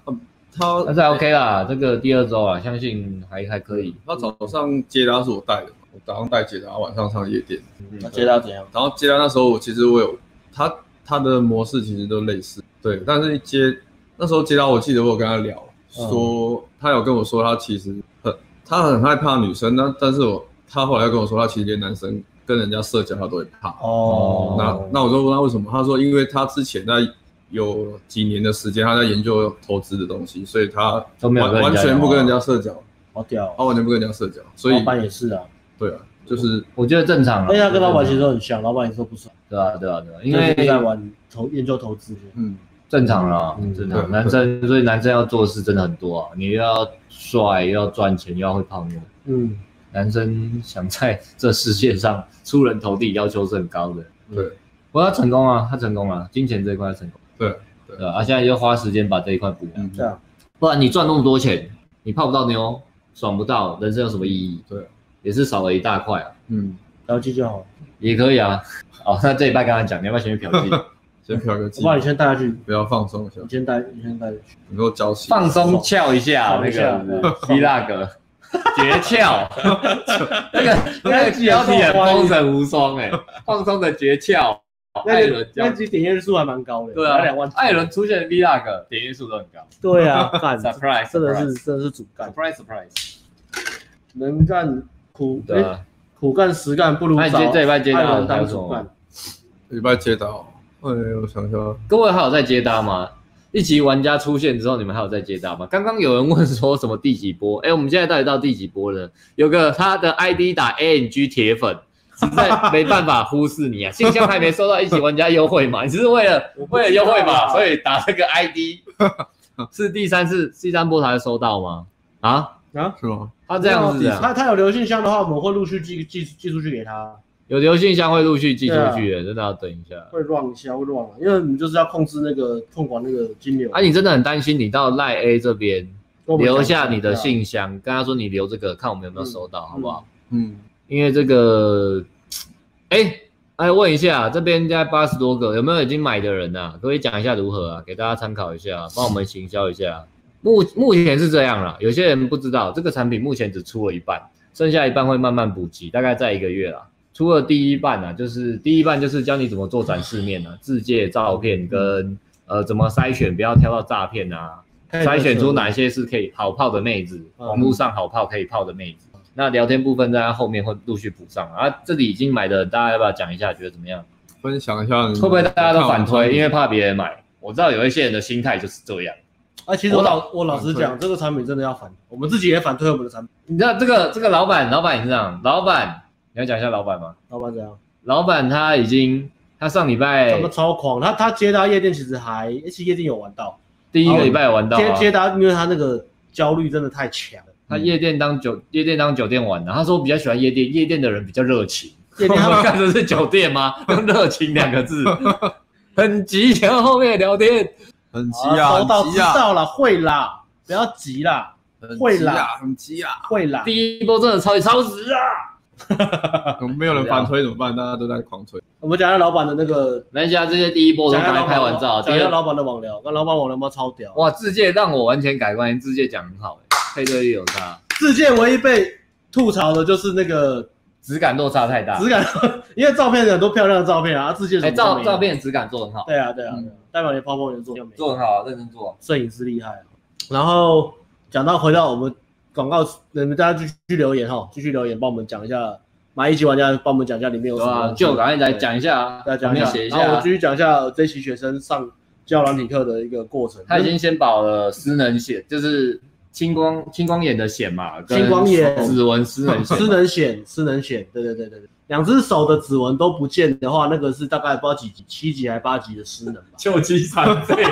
A: 他
C: 但是还 OK 啦，这个第二周啊，相信还还可以。
A: 他早上接单是我带的，我早上带接单，晚上上夜店。
B: 那接到怎样？
A: 然后接单那时候我其实我有他他的模式其实都类似，对，但是一接那时候接单我记得我有跟他聊，
B: 嗯
A: 说、他有跟我说他其实很他很害怕女生，但但是我他后来又跟我说他其实连男生跟人家社交他都会怕。
B: 哦，
A: 那那我就问他为什么，他说因为他之前在有几年的时间他在研究投资的东西，所以他
C: 都没有
A: 完
C: 跟人
A: 完
C: 家
A: 全不
C: 聊
A: 跟人家社交，
B: 好屌
A: 他
B: 哦，
A: 完全不跟人家社交，所以
C: 哦
B: 老板也是啊，
A: 对啊，就是
C: 我觉得正常啊。
B: 而且哎他跟老板其实都很像，老板也说不爽，
C: 对啊，对啊，对啊，因
B: 就是在
C: 为
B: 玩投研究投资。
A: 嗯，
C: 正常啦
B: 嗯，
C: 正常。
A: 对
C: 男生所以男生要做的事真的很多啊，你又要帅，又要赚钱，又要会泡妞。
B: 嗯，
C: 男生想在这世界上出人头地，要求是很高的。
A: 对
C: 不过他成功啊，他成功了，金钱这一块他成功。
A: 对对
C: 对啊，他现在就花时间把这一块补完，
A: 嗯
B: 这样
C: 不然你赚那么多钱，你泡不到妞，爽不到，人生有什么意义？
A: 对，
C: 也是少了一大块啊。
A: 嗯，
B: 嫖妓就好了，
C: 也可以啊。 <laughs> 哦，那这礼拜刚刚讲，你要不要先去嫖妓？
A: 先嫖个
B: 我
A: 妓，
B: 帮你先带他去，
A: 不要放松一下
B: 你，先带，你先带他去。
A: 你说交期
C: 放松翘一下
B: 放
C: 那
B: 下
C: 个希腊格诀窍，那个那个标题很风神无双哎，放松的诀窍。艾
B: 那
C: 伦
B: 个
C: 教
B: 那，集点阅数还蛮高的，
C: 对
B: 才
C: 啊
B: 两万，。
C: 艾伦出现的 vlog 点阅数都很高
B: 对
C: <laughs>
B: 啊，干
C: ，surprise，
B: 真的是真的是主干，
C: surprise surprise，
B: 能干苦
C: 对
B: 哎
C: 啊。
B: 苦干实干不如
C: 那你
B: 找
C: 接这礼拜接
B: 艾伦
C: 到还有
B: 当
C: 什
B: 主
C: 么
B: 干？。
A: 礼拜接到，哎，我想一下，
C: 各位还有在接搭吗？一级玩家出现之后，你们还有在接搭吗？刚刚有人问说什么第几波？哎、我们现在到底到第几波了？有个他的 ID 打 ANG 铁粉，实在没办法忽视你啊！信箱还没收到一级玩家优惠嘛？你是为了
B: 我不
C: 为了
B: 知道
C: 优
B: 啊 <laughs>
C: 惠嘛？所以打这个 ID 是第三是第三波才会收到吗？啊，
A: 是吗？
C: 他这样子的啊
B: 他他有留信箱的话，我们会陆续寄寄寄出去给他，
C: 有留信箱会陆续寄出
B: 啊
C: 去的，真的要等一下。
B: 会乱一下，会乱啊，因为你就是要控制那个控管那个金流。
C: 啊，你真的很担心你到赖 A 这边
B: 跟我们讲
C: 留
B: 一
C: 下你的
B: 对啊
C: 信箱，跟他说你留这个，看我们有没有收到，
B: 嗯
C: 好不好？
A: 嗯，
C: 因为这个，哎、哎，问一下，这边在八十多个，有没有已经买的人啊？可以讲一下如何啊，给大家参考一下，帮我们行销一下。目目前是这样啦，有些人不知道这个产品目前只出了一半，剩下一半会慢慢补齐，大概在一个月啦。出了第一半啊，就是第一半就是教你怎么做展示面啊，自介照片跟呃怎么筛选，不要挑到诈骗啊，筛选出哪些是可以好泡的妹子，
B: 嗯
C: 网络上好泡可以泡的妹子。那聊天部分在后面会陆续补上啊。这里已经买的，大家要不要讲一下？觉得怎么样？
A: 分享一下你，
C: 会不会大家都反推，因
A: 为
C: 为怕别人买？我知道有一些人的心态就是这样。
B: 哎，其实我
C: 我
B: 老我老实
A: 反
B: 讲，这个产品真的要反，我们自己也反推我们的产品。
C: 你知道这个这个老板，老板你知道，老板你要讲一下老板吗？
B: 老板怎样？
C: 老板他已经他上礼
B: 他
C: 拜
B: 们超狂，他他接达夜店其实还，欸其实夜店有玩到，
C: 第一个礼拜有玩到、
B: 接
C: 啊，
B: 接达，因为他那个焦虑真的太强了。
C: 他夜店当酒夜店当酒店玩啊的、他说我比较喜欢夜店，夜店的人比较热情。
B: 夜
C: <laughs>
B: 店他们
C: 看的是酒店吗？用热情两个字，很急，然后后面聊天。
A: 很急
B: 啊
A: 啊，
B: 收到
A: 很
B: 知
A: 急啊，
B: 道了，会啦，不要急啦，
A: 很
B: 会
A: 急
B: 啦
A: 啊，很急啊，
B: 会啦。
C: 第一波真的超级超时啊！
A: 有没有人反推怎么办？大家都在狂推，
B: 我们讲一下老板的那个，
C: 来一下啊这些第一波都
B: 讲一
C: 赶
B: 下
C: 快
B: 老
C: 拍完
B: 板
C: 照，
B: 的，
C: 啊第
B: 讲一下
C: 二
B: 老板的网聊，跟老板网聊妈超屌。
C: 哇，自介让我完全改观，自介讲很好、欸配对率有差，
B: 世界唯一被吐槽的就是那个
C: 质感落差太大。
B: 质感， <laughs> 因为照片很多漂亮的照片啊，世界
C: 哎、照照片嗯质感做很好，
B: 对啊，对啊，对啊代表你泡泡也做
C: 做很
B: 啊
C: 好，认真做。
B: 摄影师厉害啊。然后讲到回到我们广告，你们大家继续留言哈，继续留言帮我们讲一下，买一级玩家帮我们讲一下里面有
C: 对
B: 什么
C: 啊，
B: 东西，
C: 就赶快来讲一下啊，
B: 大家讲
C: 我们
B: 一
C: 写一
B: 下。然后
C: 下
B: 我继。续讲一下这期学生上教软体课的一个过程。
C: 他已经先保了失能险，就是青光青光眼的险嘛，跟
B: 青光眼
C: 指纹失能
B: <laughs>
C: 险
B: 失。能险，失能险，对对对对对，两只手的指纹都不见的话，那个是大概不知道几级，七级还八级的失能吧。
C: 救济残废，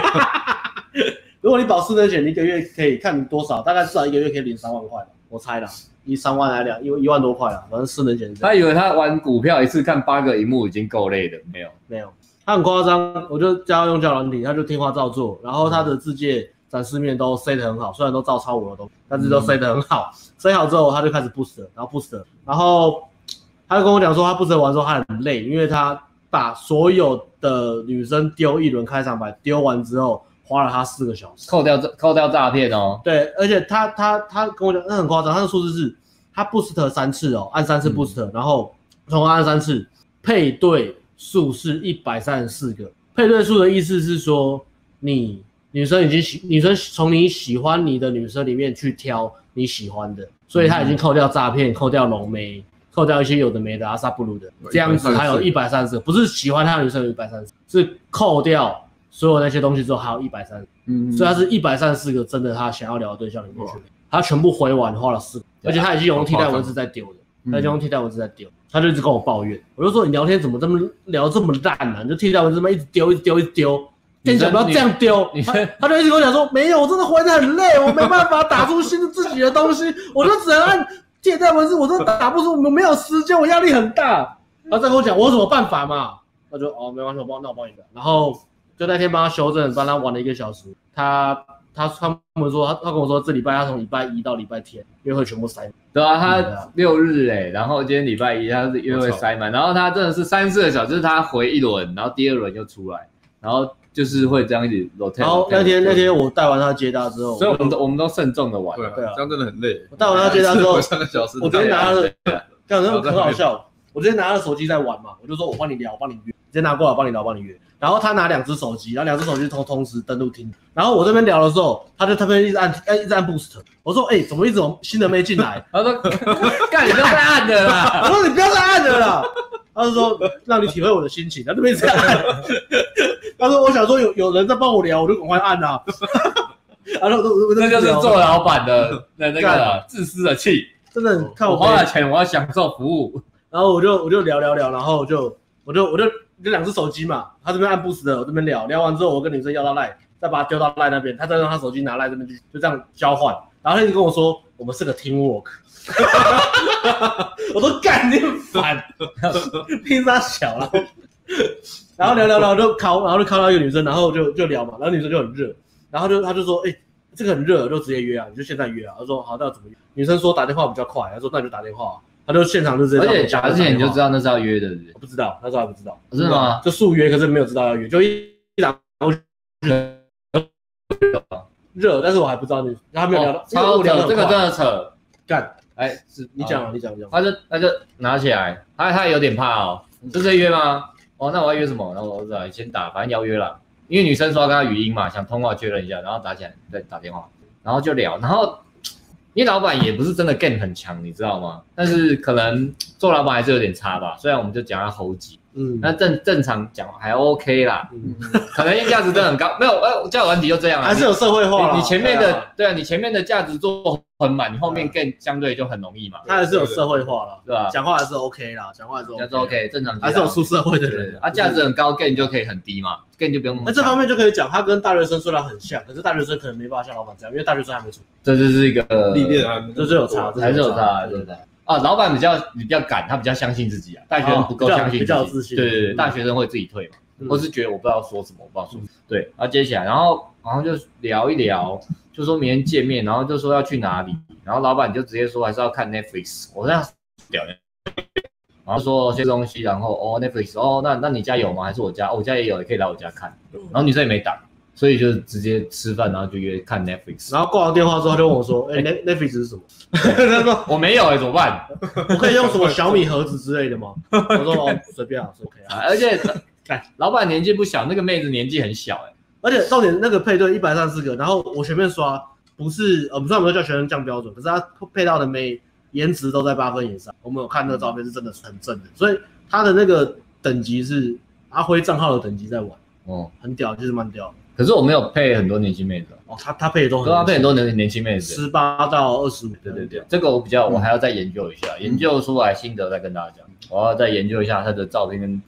B: 如果你保失能险，你一个月可以看你多少，大概至少一个月可以领三万块吧，我猜啦，一三万来两一一万多块啦，反正失能险是这样
C: <laughs> 他以为他玩股票一次看八个荧幕已经够累了，没有。
B: 没有，他很夸张，我就教他用教软体，他就听话照做，然后他的字界展示面都 set 得很好，虽然都照抄我的东西，但是都 set 得很好。塞好之后他就开始 boost，了然后 boost，了然后他就跟我讲说他 boost 完之后他很累，因为他把所有的女生丢一轮开场白，丢完之后花了他四个小时。
C: 扣掉这扣掉诈骗哦，
B: 对，而且他他他跟我讲，那很夸张，他的数字是他 boost 三次哦，按三次 boost，、然后重复按三次，配对数是一百三十四个。配对数的意思是说，你女生已经喜女生从你喜欢你的女生里面去挑你喜欢的，所以他已经扣掉诈骗，扣掉龙妹，扣掉一些有的没的阿萨布鲁的，这样子还有哦一百三十，不是喜欢他的女生有一百三十，是扣掉所有那些东西之后还有一百三十。
A: 嗯，
B: 所以他是一百三十四个真的他想要聊的对象里面去，他全部回完花了四个，而且他已经用替代文字在丢的，
A: 嗯
B: 他已经用替代文字在丢，他就一直跟我抱怨，我就说你聊天怎么这么聊这么烂呢、你就替代文字嘛一直丢一直丢一直丢，跟你讲不要这样丢
C: 你，
B: 他他就一直跟我讲说没有，我真的回的很累，我没办法打出新的自己的东西，我就只能按替代文字，我真的打不出，我没有时间，我压力很大。他再跟我讲我有什么办法嘛，他就哦没关系，我帮那我帮你打，然后。就那天帮他修正，帮他玩了一个小时。他他他们说他他跟我说，这礼拜他从礼拜一到礼拜天约会全部塞满。
C: 对啊，
B: 对
C: 他
B: 啊
C: 六日哎、然后今天礼拜一他是约会塞满，然后他真的是三四个小时，他回一轮，然后第二轮又出来，然后就是会这样一直 rotate。
B: 然后那天那天，我带完他接他之后，
C: 所以我们
B: 我
C: 都我们都慎重的玩，
A: 对啊
B: 对啊，
A: 这样真的很累。
B: 带完他接他之后，
A: 三个小时，
B: 我直接拿
C: 啊
B: 他的，这样
A: 然后在
B: 很
A: 旁
B: 好
A: 边
B: 笑。我直接拿他的手机在玩嘛，我就说我帮你聊，我帮你约，直接拿过来我帮你聊，我帮你约。然后他拿两只手机，然后两只手机同同时登录听。然后我这边聊的时候，他就特边一直按一直按 boost。我说哎、怎么一直有新的妹进来？ <laughs>
C: 他说 <laughs> 干你不要太暗的啦，
B: 我说你不要再按了啦。 <laughs> 他就说让你体会我的心情，他就没这样按。 <laughs> 他说我想说有有人在帮我聊，我就赶快按啊。 <laughs> 然后我我
C: 这就是做老板的的那
B: 干
C: 个自私的气。
B: 真的很看
C: 我
B: 我
C: 花
B: 花
C: 了钱，我要享受服务。
B: 然后我就我就聊聊聊，然后我就我就我就就两只手机嘛，他这边按 boost 的，我这边聊聊完之后，我跟女生要到赖，再把他丢到赖那边，他再让他手机拿赖这边去，就这样交换。然后他一直跟我说我们是个 team work，我都干你很烦， <laughs> 拼啥小了。然后聊聊聊就靠，然后就靠到一个女生，然后就就聊嘛，然后女生就很热，然后就他就说，哎、这个很热，就直接约啊，你就现在约啊。他说好，那怎么约？女生说打电话比较快，他说那你就打电话啊、他就现场就直接
C: 而
B: 到我
C: 且
B: 们家
C: 而且你就知
B: 道，
C: 道那是要约的，是不是
B: 我不知道，那时候还不知道，
C: 哦真的吗？
B: 就速约，可是没有知道要约，就一一打过去热，但是我还不知道你，他没有聊到，
C: 哦超
B: 聊
C: 扯，这个真
B: 真
C: 的扯。
B: 干，
C: 哎，是
B: 你讲啊，你讲你讲，
C: 他就他就拿起来，他他有点怕哦，这是约吗？哦，那我要约什么？然后我说先打，反正邀约了，因为女生说要跟他语音嘛，想通话确认一下，然后打起来再打电话，然后就聊，然后因为老板也不是真的 game 很强，你知道吗？但是可能做老板还是有点差吧，虽然我们就讲他猴急，
B: 嗯，
C: 那正正常讲还 OK 啦，
B: 嗯
C: 可能性价值真的很高。没有，呃，交友软体就这样啊，
B: 还是有社会化啦
C: 你你前面
B: 对
C: 的
B: 啊
C: 对啊，你前面的价值做很满，你后面更相对就很容易嘛，
B: 他还是有社会化了，
C: 对吧？
B: 讲话还是 OK 啦，讲话还是
C: 这样
B: OK，,
C: 子 OK，正常
B: 还是有出社会的
C: 对对
B: 人
C: 对啊，价值。很高，gain 就可以很低嘛，gain 就不用那么
B: 那
C: 高。
B: 这方面就可以讲，他跟大学生虽然很像，可是大学生可能没办法像老板这样，因为大学生还没出，
C: 这就是一个
A: 历练还
B: 这是有差，
C: 还是有差，
B: 对
C: 对
B: 不
C: 不对？啊，老板比较你比较敢，他比较相信自己啊。大学生不够
B: 哦比较
C: 相信自己，
B: 比较有自信
C: 对对对，
B: 嗯
C: 大学生会自己退嘛，
B: 嗯
C: 或是觉得我不知道说什么，我不知道说什么。对，然后接下来，然后然后就聊一聊，就说明天见面，然后就说要去哪里，然后老板就直接说还是要看 Netflix，我那屌。然后说这些东西，然后哦 Netflix，哦那那你家有吗？还是我家？哦我家也有，也可以来我家看。
B: 嗯
C: 然后女生也没打，所以就直接吃饭，然后就约看 Netflix。
B: 然后挂完电话之后，他就问我
C: <laughs>
B: 说：“哎、那那 n e 是什么？”他说
C: 我没有哎、怎么办？：“
B: 我可以用什么小米盒子之类的吗？”我说：“哦，随便啊，说 OK 啊。
C: 啊，而且
B: <laughs> 干
C: 老板年纪不小，那个妹子年纪很小、欸，”
B: 而且重点那个配对一百三十个，然后我随便刷，不是呃，不知道有没有叫学生降标准，可是他配到的每颜值都在八分以上。我们有看那个照片，是真的是很正的，所以他的那个等级是阿辉账号的等级在玩，
C: 哦，
B: 很屌，就是蛮屌的。
C: 可是我没有配很多年轻妹子哦，
B: 哦，他他配的都
C: 我
B: 很
C: 都要配很多年年轻妹子。
B: 十八到二十五，对
C: 对对对，这个我比较，我还要再研究一
B: 嗯
C: 下，研究出来心得再跟大家讲。我要再研究一下她的照片跟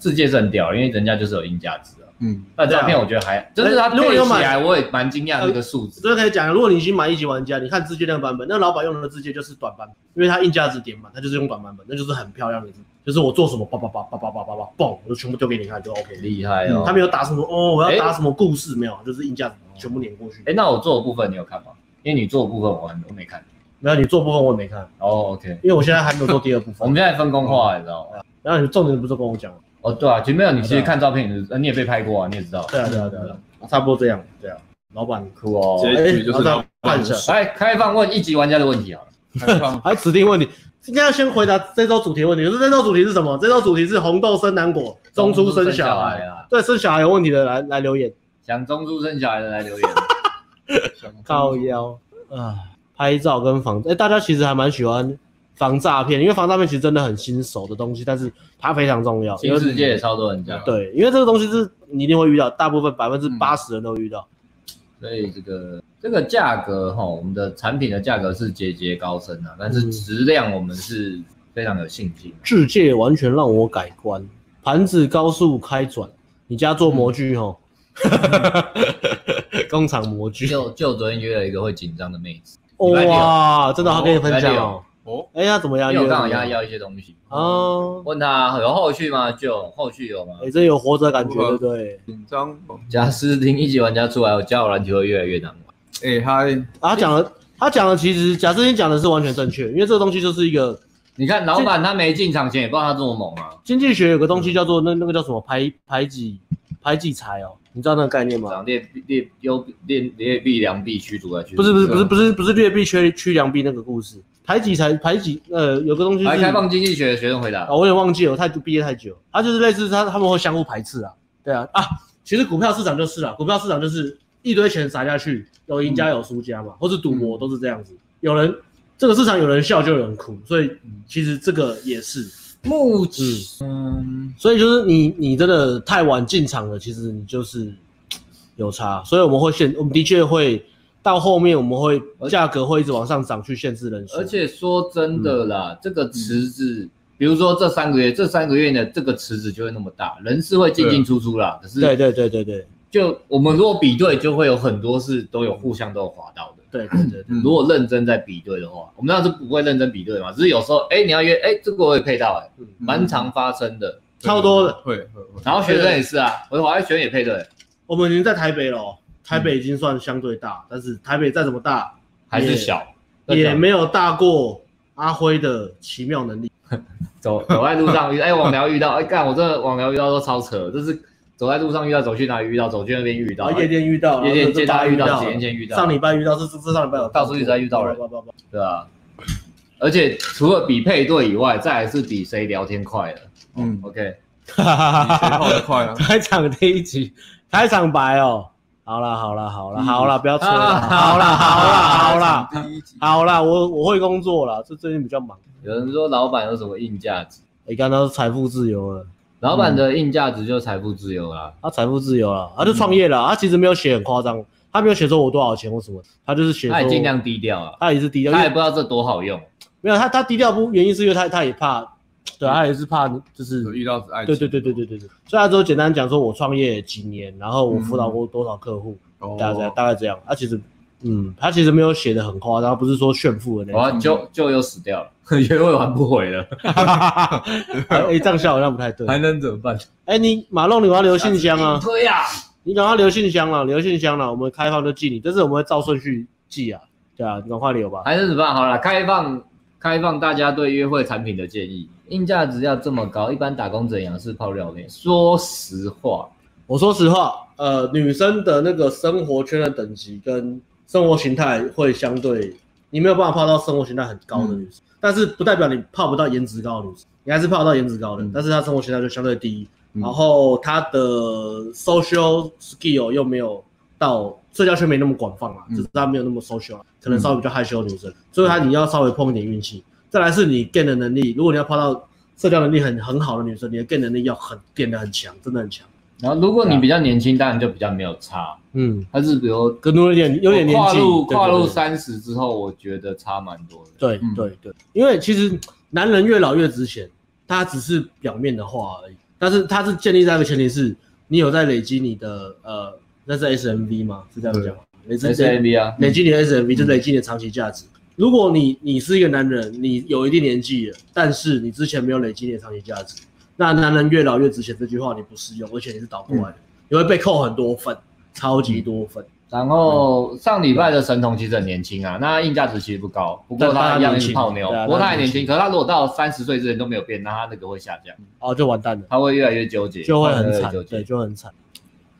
C: 世界是很屌，因为人家就是有硬价值啊。
A: 嗯，
C: 那照片我觉得还，就是她
B: 哎如果
C: 配
B: 有
C: 起
B: 买呃
C: 来，我也蛮惊讶这个数字。
B: 所以可以讲，如果你已经买一级玩家，你看字界那个版本，那老板用的字界就是短版本，因为它硬价值点满，它就是用短版本，那就是很漂亮的字，就是我做什么叭叭叭叭叭叭叭叭，嘣，我就全部丢给你看就 OK 了。
C: 厉害
B: 嗯
C: 哦！
B: 他
C: 哎、
B: 没有打什么哦，我要打什么故事、没有，就是硬价值全部碾过去。
C: 哎那我做的部分你有看吗？因为你做的部分我很我没看。
B: 没有你做部分我也没看，
C: 哦，OK，
B: 因为我现在还没有做第二部
C: 我们
B: 分。
C: 现在分工化，你知道吗？
B: 然后你重点不是跟我讲吗？
C: 哦，对啊，前面你其实看照片，你就呃你也被拍过啊，你也知道。
B: 嗯对啊对啊对啊，差不多这样。对啊，老板，
C: 酷哦。
A: 结局就是
B: 哎换一下
C: 来开放问一级玩家的问题好了，
A: 开
C: <laughs>
A: 放，
B: 还有指定问题，应该要先回答这周主题问题。就是这周主题是什么？这周主题是红豆生南果，中出生小孩。
C: 啊，
B: 对，生小孩有问题的来来留言，
C: 想中出生小孩的来
B: <laughs>
C: 留言。
B: 靠腰啊，拍照跟防，哎、大家其实还蛮喜欢防诈骗，因为防诈骗其实真的很新手的东西，但是它非常重要，因
C: 新
B: 为
C: 世界也超多人讲，
B: 对，因为这个东西是你一定会遇到，大部分百分之八十人都遇到，
C: 所以这个这个价格哈，我们的产品的价格是节节高升啊，但
B: 嗯
C: 是质量我们是非常有信心。
B: 世界完全让我改观，盘子高速开转，你家做模具吼， <laughs> 工厂模具，
C: 就就昨天约了一个会紧张的妹子，礼拜六
B: 哇，真的好跟你分享哦，
A: 哦，
B: 哎呀，怎么样？
C: 因为我刚好要要一些东西，
B: 啊，
C: 问她有后续吗？就后续有吗
B: 哎、？这有活着感觉，对不对？
A: 紧张，哦
C: 贾斯汀一级玩家出来，我交友篮球会越来越难玩。
A: 哎嗨，
B: 他讲的，他讲的其实贾斯汀讲的是完全正确，因为这个东西就是一个
C: 你看老板他没进场前也不知道他这么猛啊，
B: 经济学有个东西叫做那那个叫什么排排挤排挤财哦，你知道那个概念吗？
C: 长劣劣优劣劣币良币驱逐来驱
B: 不
C: 逐。
B: 是不是不是不是不是劣币驱驱良币那个故事，排挤财排挤呃有个东西
C: 来
B: 是
C: 开
B: 啊、
C: 放经济学的学生回答。
B: 我有点忘记了，我太毕业太久，它、就是类似他他们会相互排斥啊，对啊啊，其实股票市场就是啊，股票市场就是一堆钱撒下去，有赢家有输家嘛，或是赌博都是这样子，有人这个市场有人笑就有人哭，所以其实这个也是。
C: 目
B: 嗯所以就是你你真的太晚进场了，其实你就是嘖有差，所以我们会限，我们的确会到后面我们会价格会一直往上涨去限制人数，
C: 而且说真的
B: 嗯
C: 啦，这个池子，比如说这三个月，这三个月呢，这个池子就会那么大，人是会进进出出啦。
B: 对
C: 可是
B: 对对对对
C: 就我们如果比对，就会有很多是都有互相都有滑到的。
B: 对对对对，
A: 嗯
C: 如果认真在比对的话，我们那是不会认真比对嘛，只是有时候，哎，你要约，哎，这个我也配到，哎，
B: 嗯
C: 蛮常发生的。
B: 超多的，
A: 会会会，
C: 然后学生也是啊，我的华裔学生也配对，
B: 我们已经在台北了哦，台北已经算相对大，但是台北再怎么大
C: 还是
B: 也
C: 小，
B: 也没有大过阿辉的奇妙能力，
C: 走走在路上遇，哎、网聊遇到，哎、干，我真的网聊遇到都超扯，就是走在路上遇到，走去哪里遇到，走去那边遇
B: 然
C: 到，
B: 后夜店遇到，
C: 夜店
B: 接
C: 街道遇到，几年
B: 上
C: 前遇到，
B: 礼拜遇到，是是是上礼拜有
C: 到处一直在遇到人
B: 叭叭叭叭
C: 对啊。而且除了比配对以外，再来是比谁聊天快了。 <laughs>
A: 嗯，
C: OK，
B: 哈哈哈
A: 你学。
B: 哈
A: 好的快啊，
B: <laughs> 开场第一集，开场白哦。好啦好啦好啦好啦，不要吹了。
C: 啊
B: 嗯好啦好啦好啦
A: 第一集，
B: 好啦，我我会工作啦，这最近比较忙。
C: 有人说老板有什么硬价值？
B: 你刚刚说财富自由了，
C: 老板
B: 嗯
C: 的硬价值就是财富自由啦。
B: 他财富自由了，他就创业了，他其实没有写很夸张，他没有写说我多少钱或什么，他就是写说
C: 他也尽量低调啊，
B: 他也是低调，因
C: 他也
B: 为
C: 不知道这多好用。
B: 没有他他低调不原因是因为他他也怕，对，啊他也是怕就是
A: 有遇到爱情，
B: 对对对对对对对，所以他只有简单讲说我创业几年，然后我辅导过多少客户，
A: 哦，
B: 大概这样大概这样，他其实嗯他其实没有写的很夸张，不是说炫富的那种。
C: 哇，啊就就又死掉了， <laughs> 约会玩不回了，
B: 哎、这样笑好像不太对。
C: 还
B: 哎、
C: 能怎么办？
B: 你马龙，你要留信箱啊，
C: 推啊！
B: 你赶快留信箱啊了，留信箱了，我们开放就寄你，但是我们会照顺序寄啊，对啊，你赶快留吧。
C: 还是怎么办？好了，开放开放大家对约会产品的建议，硬价值要这么高，一般打工者仰视泡料面。说实话，
B: 我说实话，呃，女生的那个生活圈的等级跟生活形态会相对，你没有办法泡到生活形态很高的女生，
A: 嗯
B: 但是不代表你泡不到颜值高的女生，你还是泡得到颜值高的，
A: 嗯
B: 但是她生活形态就相对低，
A: 嗯
B: 然后她的 social skill 又没有到社交圈没那么广泛嘛，
A: 嗯
B: 只是她没有那么 social，可能稍微比较害羞的女生，所以她你要稍微碰一点运气。再来是你 get 的能力，如果你要泡到社交能力很很好的女生，你的 get 能力要很变得很强，真的很强。
C: 然后如
B: 啊
C: 果你比较年轻，当然就比较没有差。
B: 嗯，
C: 但是比如
B: 可能有点有点年纪，
C: 跨入
B: 对
C: 哦跨入，
B: 对
C: 三嗯十之后，我觉得差蛮多的。
B: 对对对对，因为其实男人越老越值钱，他只是表面的话而已，但是他是建立在一个前提是，你有在累积你的呃，那是 SMV 吗？是这样讲吗？累积
C: S A B 啊，
B: 累积你的 SMV 就是累积你的长期价值。如果你你是一个男人，你有一定年纪了，但是你之前没有累积你的长期价值，那男人越老越值钱这句话你不适用，而且你是倒过来的，
C: 嗯
B: 你会被扣很多分，超级多分。
C: 然后上礼拜的神童其实很年轻啊，那他硬价值其实不高，不过
B: 对
C: 他
B: 他
C: 一样
B: 年
C: 是
B: 轻
C: 泡妞，
B: 对啊
C: 不过他
B: 他
C: 很
B: 很
C: 年
B: 年
C: 轻。
B: 轻
C: 可是他如果到三十岁之前都没有变，那他那个会下降，
B: 哦，就完蛋了。
C: 他会越来越纠结，
B: 就会很
C: 他
B: 惨
C: 越来
B: <laughs>
C: 越，纠
B: 对，
C: 结。
B: 就会很惨。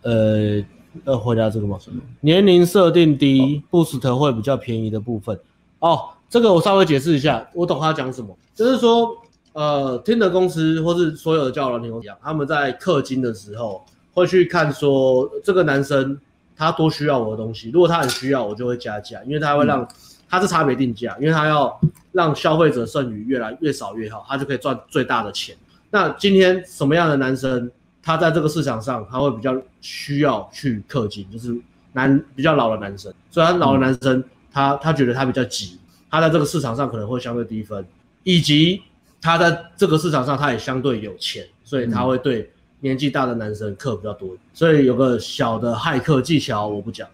B: 呃，要回答这个吗？哦年龄设定低、b o o s t 会比较便宜的部分。哦，这个我稍微解释一下，我懂他讲什么，就是说，呃，听的公司或是所有的教软体公司一样，他们在氪金的时候会去看说呃这个男生他多需要我的东西，如果他很需要，我就会加价，因为他会让、他是差别定价，因为他要让消费者剩余越来越少越好，他就可以赚最大的钱。那今天什么样的男生，他在这个市场上，他会比较需要去氪金，就是男比较老的男生，所以他老的男生，他他觉得他比较急，他在这个市场上可能会相对低分，以及他在这个市场上他也相对有钱，所以他会对年纪大的男生氪比较多。所以有个小的骇客技巧我不讲，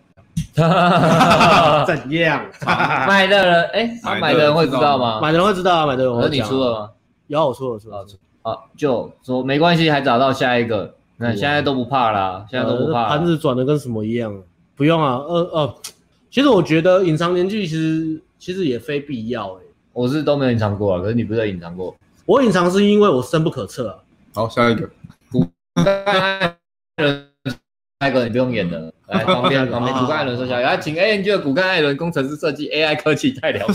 B: 怎样？
C: 买的人，哎，他买的人会知道吗？
B: 买的人会知道啊，买的人
C: 我
B: 我
C: 说
B: 会
C: 你
B: 讲啊
C: 输了吗？
B: 有我出了，我出了，
C: 啊，就说没关系，还找到下一个。
B: 啊
C: 那现在都不怕啦，现在都不怕啊
B: 呃盘
C: 啦。
B: 子转的跟什么一样，不用啊，呃呃，其实我觉得隐藏年纪其实其实也非必要诶、
C: 我是都没有隐藏过啊，可是你不是有隐藏过？ <laughs>
B: 我隐藏是因为我深不可测啊，
A: 好，下一个，
C: 艾伦，你不用演了，来
B: <laughs>
C: 旁边旁边
B: 哦
C: 骨干艾伦说下，来请 ANG 的骨干艾伦工程师设计 AI 科技哎代聊配。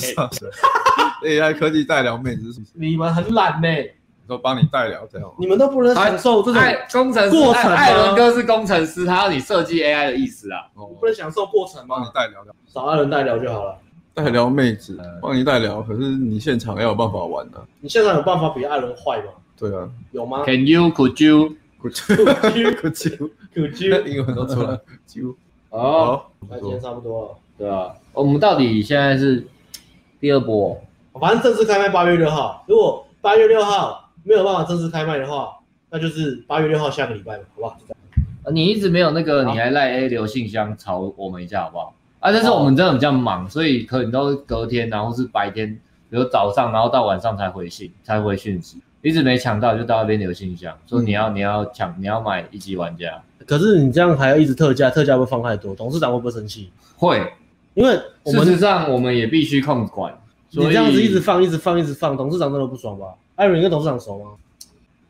A: AI 科技代聊妹子是什么？
B: 你们很懒呢、
A: 说帮你代聊这样吗，
B: 你们都 <laughs> 不能享受这种，
C: 艾工程师，
B: 过程吗
C: 艾艾伦哥是工程师，他要你设计 AI 的意思啊。
A: 哦
B: 不能享受过程
A: 帮你
B: 吗？
A: 代聊
B: 找艾伦代聊就好了。
A: 代聊妹子
C: 嗯，
A: 帮你代聊，可是你现场要有办法玩的，
B: 你现在有办法比艾伦坏吗？
A: 对啊，
B: 有吗
C: Can you? Could you?
A: 我就我就
C: <laughs>
B: ？Could
A: 英文都出来，就
C: 哦，
A: 好，
B: 那今天差不多了，
C: 对啊，我们到底现在是第二波？哦
B: 反正正式开卖八月六号。如果八月六号没有办法正式开卖的话，那就是八月六号下个礼拜嘛，好不好？就这样
C: 呃你一直没有那个，
B: 好
C: 你来赖 A 留信箱吵我们一下好不好？啊，但是我们真的比较忙，所以可能都隔天，然后是白天，比如早上，然后到晚上才回信，才回讯息，一直没抢到就到那边留信箱，说
B: 嗯
C: 你要、你要抢你要买一级玩家，
B: 可是你这样还要一直特价，特价会放太多，董事长会不会生气？
C: 会，
B: 因为我
C: 事
B: 们
C: 实上我们也必须控管，
B: 你
C: 所以
B: 这样子一直放、一直放、一直放，董事长真的不爽吧？艾伦跟董事长熟吗？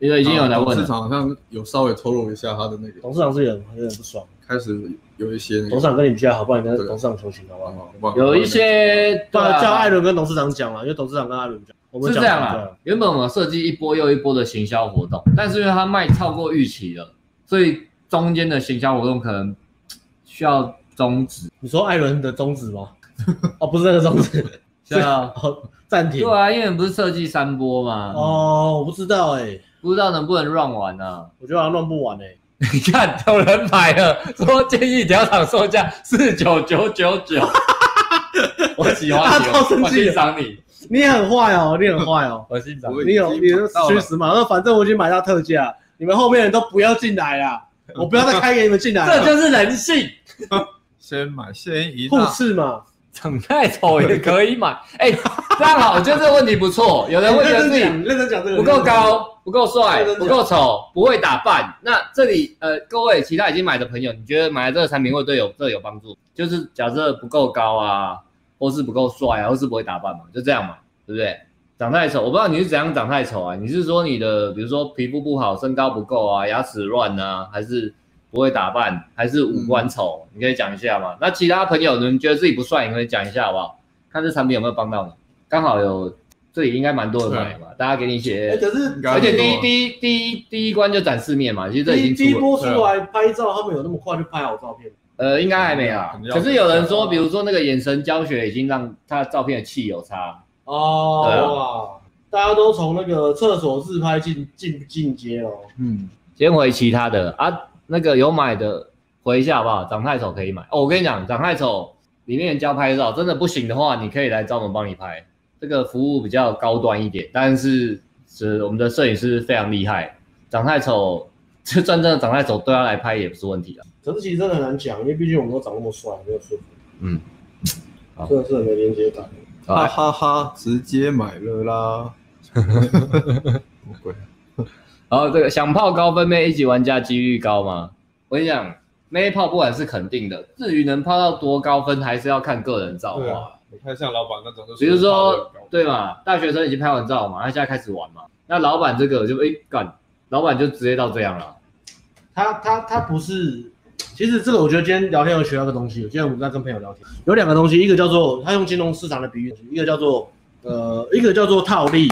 C: 因为已经有人来问
A: 市
C: 了，
A: 场好像有稍微透露一下他的那个，
B: 董事长是有点有点不爽，
A: 开始有一些那个
B: 董事长跟你比较好，不然你跟
A: 对
B: 董事长求情好不好？
A: 哦忘了
C: 有一些
B: 不
C: 啊对啊
B: 然叫艾伦跟董事长讲了，因为董事长跟艾伦讲，我们
C: 是
B: 讲
C: 这样啊
B: 对啊
C: 啦，原本我们设计一波又一波的行销活动，但是因为它卖超过预期了，所以中间的行销活动可能需要终止，
B: 你说艾伦的宗旨吗？哦，不是那个宗旨， <laughs>
C: 对啊，
B: 哦暂停。
C: 啊对啊，因为不是设计三波嘛，
B: 哦，我不知道哎、
C: 不知道能不能 run 完啊？
B: 我觉得好像弄不完诶、
C: <laughs>
B: 欸
C: 你看有人买了，说建议调涨售价四九九九 <laughs> 九，我喜欢你
B: 他超生
C: 哦，
B: 气
C: 我欣赏你，
B: 你很坏哦，你很坏哦，
C: 我欣赏
A: 不
C: 你。
A: 会
B: 你有你就
A: 到了
B: 去死嘛！那反正我已经买到特价，你们后面人都不要进来啦，我不要再开给你们进来
C: 这
B: 了，
C: 就是人性，
A: 先买先赢
B: 互
A: 啊，
B: 斥嘛。
C: 长太丑也可以买。 <laughs> 哎、这样好，我觉得这个问题不错。有人会觉得
B: 哎认真
C: 自己
B: 讲，认真讲这个
C: 不够，高，不够帅
B: 认真，讲
C: 不够丑，不会打扮。那这里呃，各位其他已经买的朋友，你觉得买了这个产品会对有这有帮助？就是假设不够高啊，或是不够帅啊，或是不会打扮嘛，就这样嘛，对不对？长太丑，我不知道你是怎样长太丑啊？你是说你的比如说皮肤不好、身高不够啊、牙齿乱啊，还是不会打扮，还是五
B: 嗯
C: 官丑？你可以讲一下嘛。那其他朋友，你们觉得自己不帅，你可以讲一下好不好？看这产品有没有帮到你。刚好有，这里应该蛮多人买的嘛，大家给你写。
B: 哎，可是
A: 应该
C: 而且第
A: 没
C: 一
A: 有
C: 第一第一第一关就展示面嘛，其实这
B: 第
C: 已
B: 一第
C: 经
B: 一
C: 出了，
B: 波
C: 啊
B: 出来拍照，他们有那么快就拍好照片吗？
C: 呃，应该还没啊。可是有人说，比如说那个眼神教学已经让他照片的气有差，对啊
B: 哦，哇，大家都从那个厕所自拍进进进阶哦。
A: 嗯，
C: 先回其他的啊，那个有买的回一下好不好？长太丑可以买哦。我跟你讲，长太丑里面教拍照，真的不行的话，你可以来找我们帮你拍，这个服务比较高端一点，但是是我们的摄影师非常厉害，长太丑，就算真的长太丑，对他来拍也不是问题啊。
B: 可是其实真的很难讲，因为毕竟我们都长那么帅，没有舒服，
C: 嗯，好
B: 真的是很没连接感。
C: 好
A: 哈
C: 来
A: 哈哈，直接买了啦，什么鬼？
C: 然后这个想泡高分妹一级玩家几率高吗？我跟你讲，妹泡不管是肯定的，至于能泡到多高分，还是要看个人造
A: 对
C: 化。
A: 啊，你看像老板那种就是，
C: 比如说，对嘛，大学生已经拍完照嘛，他现在开始玩嘛，那老板这个就哎干、老板就直接到这样了。
B: 他他他不是，其实这个我觉得今天聊天有学到个东西。今天我们在跟朋友聊天，有两个东西，一个叫做他用金融市场的比喻，一个叫做呃，一个叫做套利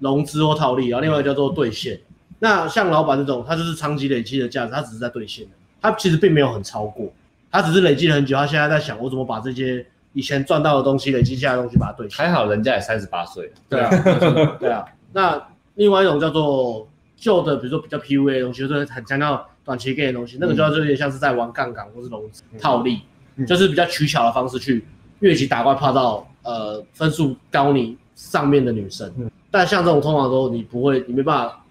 B: 融资或套利，然后另外一个叫做兑现。那像老板这种，他就是长期累积的价值，他只是在兑现的，他其实并没有很超过，他只是累积了很久，他现在在想我怎么把这些以前赚到的东西累积下来的东西把它兑现。
C: 还好人家也三十八岁了，
B: 对啊，对啊。那另外一种叫做旧的，比如说比较 PUA 的东西，就是很强调短期 gain 的东西，那个就有点像是在玩杠杆或是融资套利，
A: 嗯
B: 就是比较取巧的方式去越级打怪，泡到呃分数高你上面的女生。
A: 嗯
B: 但像这种通常都你不会，你没办法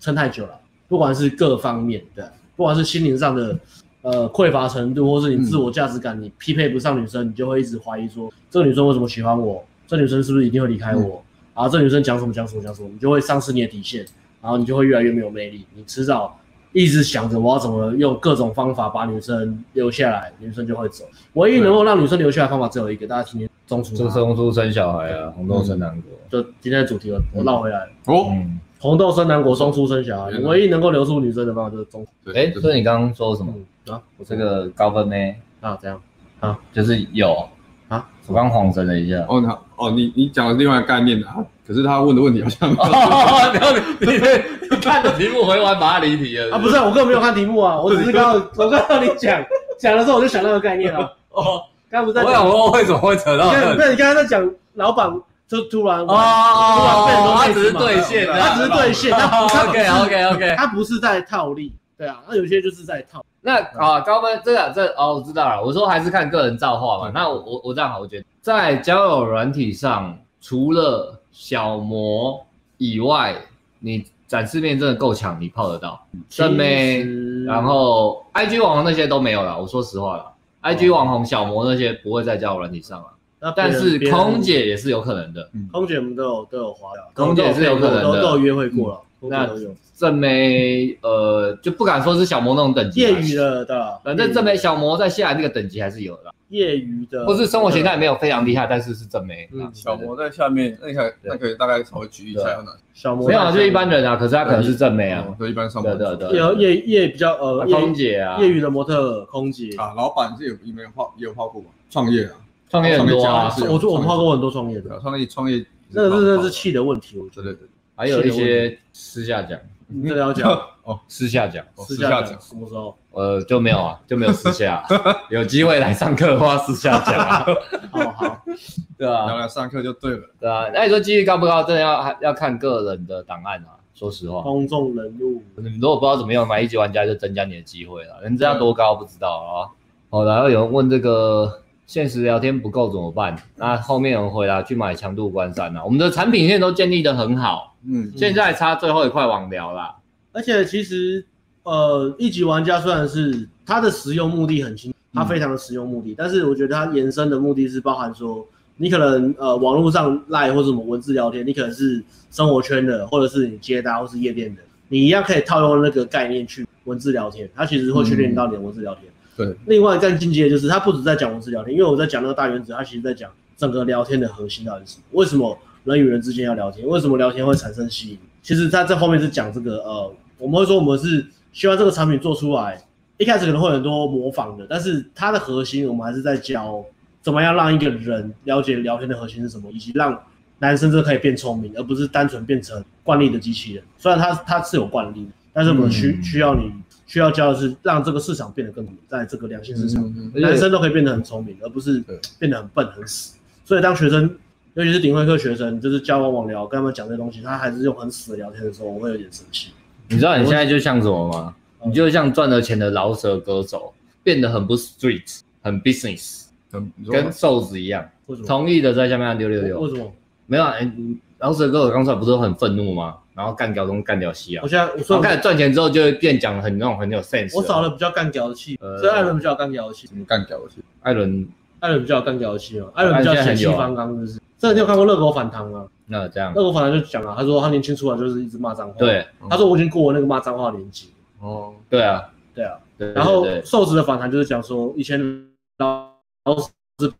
B: 撑太久了，不管是各方面的，不管是心灵上的。呃，匮乏程度，或是你自我价值感，你匹配不上女生，你就会一直怀疑说，这个女生为什么喜欢我？这女生是不是一定会离开我？啊，这女生讲什么讲什么讲什么，你就会丧失你的底线，然后你就会越来越没有魅力。你迟早一直想着我要怎么用各种方法把女生留下来，女生就会走。唯一能够让女生留下来的方法只有一个，大家听听中途
C: 就
B: 嘛
C: 生出生小孩啊，红豆生南国。
B: 就今天的主题我我绕回来了，
A: 哦，
C: 嗯，
B: 红豆生南国，松出生小孩，你唯一能够留住女生的方法就是中途。
C: 哎、
A: 对，
C: 所以你刚刚说什么？
B: 嗯啊，我
C: 这个高分妹
B: 啊怎样？
C: 就是有
B: 啊，
C: 我刚晃神了一下。
A: 哦，你好哦，你你讲的是另外一个概念啊，可是他问的问题好像
C: 哦，然后你你看着题目回完，把它离题了
B: 啊不是啊，我根本没有看题目啊，我只是刚刚我刚刚你讲讲的时候我就想到个概念啊，
C: 哦，
B: 刚刚不是在
C: 我
B: 讲
C: 想说为什么会扯到
B: 你
C: 这
B: 看，
C: 里？
B: 那你刚才在讲老板，就突然
C: 哦哦，他只是兑现的，啊哦
B: 他只是兑现，他不啊他
C: OK OK OK。
B: 他不是在套利，对啊，那有些就是在套，
C: 那
B: 嗯
C: 啊，高分这个这哦，我知道了。我说还是看个人造化
B: 嗯
C: 嘛。那我我我这样好，我觉得在交友软体上，除了小模以外，你展示面真的够强，你泡得到正妹，
B: 嗯
C: 然后 IG 网红那些都没有了。我说实话了，IG 网红小模那些不会在交友软体上啊，
B: 那嗯别
C: 但
B: 人
C: 是
B: 别人
C: 空姐也是有可能的。
B: 空姐我们都有都有花的，
C: 空姐也是有可能的
B: 都都有约会过了，空姐
C: 那
B: 都有
C: 正妹，呃，就不敢说是小魔那种等级啊，
B: 业余的对吧？
C: 反正正妹小魔在下来那个等级还是有的啊，
B: 业余的，
C: 或是生活形态没有非常厉害，但是是正妹。
B: 嗯
A: <laughs> 小魔在下面，那你看，那可以大概稍微举一下有哪些？
B: 小模
C: 没有啊，就一般人啊，可是他可能是正妹啊
A: 哦，对，一般上
C: 对
A: 班族
C: 对啊对，
B: 有业业比较呃业
C: 空姐啊，
B: 业余的模特空姐，
A: 啊，老板是有有没有泡也有泡过嘛？创业啊，
C: 创业很多啊
A: 创业家，是有
B: 我做我泡过很多创业
A: 对啊，
B: 的，
A: 创业创业
B: 那个是是气的问题，我觉
A: 对
B: 得
A: 对对，
C: 还有一些私下讲，
B: 这个要讲。
C: 嗯 <laughs> 私下讲，
A: 哦
B: 私
A: 私
B: 下
A: 下
B: 讲
A: 讲
B: 什么时候？
C: 呃，就没有啊，就没有私下， <laughs> 有机会来上课的话私下讲
B: <laughs>
C: 啊，
B: 好哦好，
C: 对啊
A: 聊，聊上课就对了。
C: 对啊，那你说几率高不高，真的要还要看个人的档案啊。说实话，
B: 公众人物，
C: 你如果不知道怎么用买一级玩家，就增加你的机会了。人家多高不知道啊。好，然后有人问这个现实聊天不够怎么办？那后面有人回答去买强度关山啊。我们的产品线都建立的很好，
A: 嗯，
C: 现在差最后一块网聊啦。
B: 而且其实呃，一级玩家虽然是它的实用目的很清，它非常的实用目的，但是我觉得它延伸的目的是包含说，你可能呃网络上赖或者什么文字聊天，你可能是生活圈的，或者是你接搭或是夜店的，你一样可以套用那个概念去文字聊天，它其实会训练到你的文字聊天。
A: 对，
B: 另外更进阶的就是，他不止在讲文字聊天，因为我在讲那个大原则，他其实在讲整个聊天的核心到底是什么，为什么人与人之间要聊天，为什么聊天会产生吸引。其实他在后面是讲这个，呃，我们会说我们是希望这个产品做出来，一开始可能会有很多模仿的，但是它的核心我们还是在教怎么样让一个人了解聊天的核心是什么，以及让男生真的可以变聪明，而不是单纯变成惯例的机器人。虽然它它是有惯例的，但是我们需、
A: 嗯
B: 需要你需要教的是让这个市场变得更好，在这个良性市场，
A: 嗯
C: 嗯
B: 男生都可以变得很聪明，而不是
A: 对
B: 变得很笨很死。所以当学生，尤其是顶会课学生，就是交往网聊，跟他们讲这些东西，他还是用很死的聊天的时候，我会有点生气。
C: 你知道你现在就像什么吗？
A: 嗯
C: 你就像赚了钱的饶舌歌手，变得很不 street，很 business，
A: 嗯，你说
C: 跟瘦子一样。
B: 为什么？
C: 同意的在下面按六六
B: 为
C: 六。
B: 什么？
C: 没有啊，哎饶舌歌手刚才不是都很愤怒吗？然后干掉东干掉西啊
B: 我。现在我
C: 我
B: 说
C: 开始赚钱之后，就会变讲得很那种很有 sense 啊。
B: 我少了比较干屌的气，
C: 呃
B: 所以艾伦比较有干屌的气
A: 怎，么干掉的？
C: 艾伦，
B: 艾伦比较有干屌的气嘛，艾伦
C: 啊
B: 比较血气方刚，是不是？这你有看过热狗反弹吗？
C: 那这样
B: 热狗反弹就讲了，他说他年轻出来就是一直骂脏话，，
C: 嗯对
B: 他说我已经过了那个骂脏话的年纪，
A: 哦，
C: 对啊，
B: 对啊。
C: 对
B: 然后
C: 对对
B: 瘦子的反弹就是讲说，以前老老是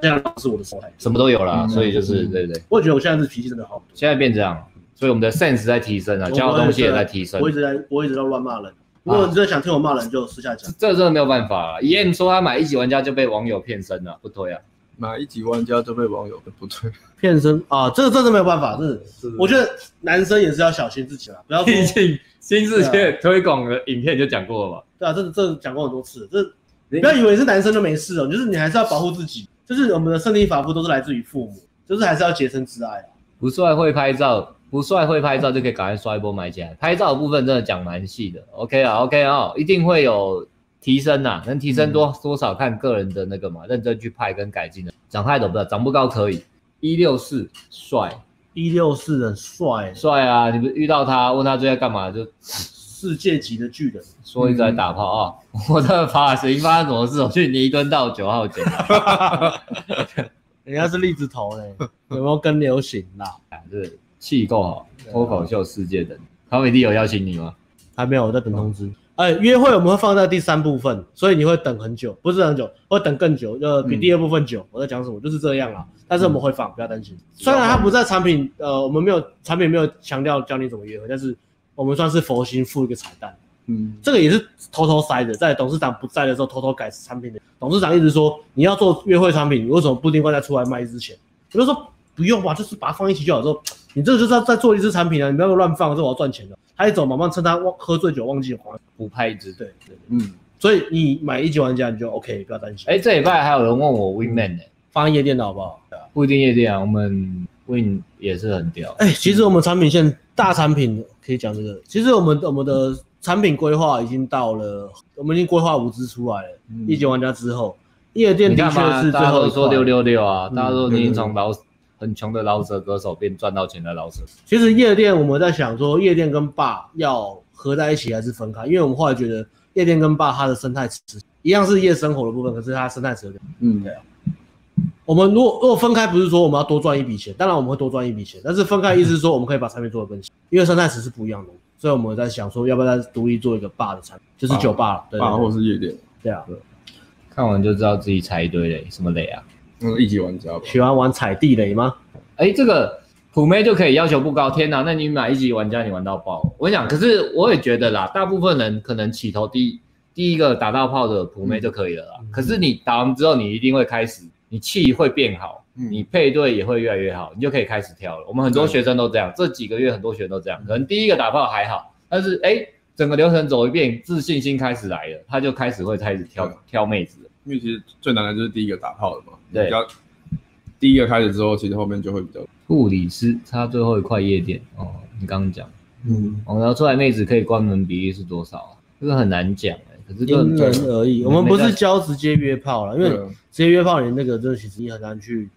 B: 这样老是我的伤害，
C: 什么都有啦，
A: 嗯
C: 所以就是
A: 嗯
C: 对对，对
B: 我也觉得我现在是脾气真的好很多，
C: 现在变这样，所以我们的 sense 在提升啊，
B: 我
C: 教的东西也在提升啊
B: 我。一直在我一直在乱骂人。如果你真的想听我骂人，就私下讲
C: 这。这真的没有办法啊。EM 说他买一级玩家就被网友骗身了，不推啊。
A: 买一级玩家就被网友不对，
B: 骗身啊，这个真的没有办法，真的。我觉得男生也是要小心自己啦，不要说
C: 毕竟新世界推广的影片就讲过了嘛。
B: 对啊，这这讲过很多次，这
C: 你
B: 你不要以为是男生就没事哦，就是你还是要保护自己，就是我们的身体法肤都是来自于父母，就是还是要洁身自爱啊。
C: 不帅会拍照，不帅会拍照就可以赶快刷一波买起来。拍照的部分真的讲蛮细的，OK 啊，OK 哦，一定会有提升呐、能提升多多少看个人的那个嘛，认真去拍跟改进的。长太陡不知道，长不高可以。一六四帅
B: 一六四很帅，
C: 帅啊！你们遇到他问他最近在干嘛，就
B: 世界级的巨人，
C: 说一直在打炮啊、 <laughs> 我的发型发生什么事？我去尼敦道九号剪啊，
B: 人家是栗子头嘞，有没有跟流行啦？
C: 就是气够好，脱口秀世界等。卡美蒂有邀请你吗？
B: 还没有，我在等通知。哎、约会我们会放在第三部分，所以你会等很久，不是很久，会等更久，呃，比第二部分久。我在讲什么，就是这样啊。但是我们会放，不要担心。虽然它不在产品，呃，我们没有产品没有强调教你怎么约会，但是我们算是佛心附一个彩蛋，
A: 嗯，
B: 这个也是偷偷塞的，在董事长不在的时候偷偷改产品的。董事长一直说你要做约会产品，你为什么不另外再出来卖一支钱？我就说不用吧，就是把它放一起就好。说你这个就是要再做一支产品啊，你不要乱放，这我要赚钱的。他一走，马上趁他忘喝醉酒忘记还。
C: 不拍一支
B: 对对对，
A: 嗯，
B: 所以你买一级玩家你就 OK，不要担心。哎、
C: 哎、这礼拜还有人问我 Winman 呢、
B: 放在夜店的好不好？对啊。
C: 不一定夜店啊，我们 Win 也是很屌。
B: 哎、其实我们产品线大产品可以讲这个。其实我们我们的产品规划已经到了，我们已经规划五支出来了，
A: 嗯
B: 一级玩家之后，夜店
C: 你
B: 的
C: 看
B: 确
C: 嘛，
B: 是最
C: 大家
B: 后
C: 都
B: 一
C: 说
B: 块
C: 六。六六啊，
B: 嗯
C: 大家都已经从老很穷的老舍歌手变赚到钱的老舍。
B: 其实夜店我们在想说，夜店跟坝要合在一起还是分开？因为我们后来觉得夜店跟坝它的生态池一样是夜生活的部分，可是它生态池有点。
A: 嗯，
B: 我们如果如果分开，不是说我们要多赚一笔钱，当然我们会多赚一笔钱，但是分开意思是说我们可以把产品做得更细，因为生态池是不一样的东西，所以我们在想说要不要再独立做一个坝的产品，就是酒吧了，对
A: 爸
B: 对
A: 或
B: 对
A: 是夜店，
B: 对啊，
C: 看完就知道自己踩一堆雷，什么雷啊？
A: 嗯，一级玩家吧，
B: 喜欢玩踩地雷吗？
C: 哎、这个普妹就可以要求不高，天哪！那你买一级玩家，你玩到爆。我跟你讲，可是我也觉得啦，大部分人可能起头第一第一个打到炮的普妹就可以了啦。
B: 嗯
C: 可是你打完之后，你一定会开始，你气会变好，
A: 嗯
C: 你配对也会越来越好，你就可以开始挑了。我们很多学生都这样，这几个月很多学生都这
B: 嗯
C: 样，可能第一个打炮还好，但是哎、整个流程走一遍，自信心开始来了，他就
B: 嗯
C: 开始会开始挑
A: 对
C: 挑妹子了。
A: 因为其实最难的就是第一个打炮的嘛，
C: 对
A: 你要第一个开始之后，其实后面就会比较
C: 护理师差最后一块夜店哦，你刚刚讲，
B: 嗯，
C: 哦，然后出来妹子可以关门比例是多少、啊？这个很难讲哎、可是这
B: 因人而异。啊
C: 没
B: 我们不
C: 没
B: 是
C: 在
B: 教直接约炮了，因为
A: 对啊
B: 直接约炮你那个真的其实你很难去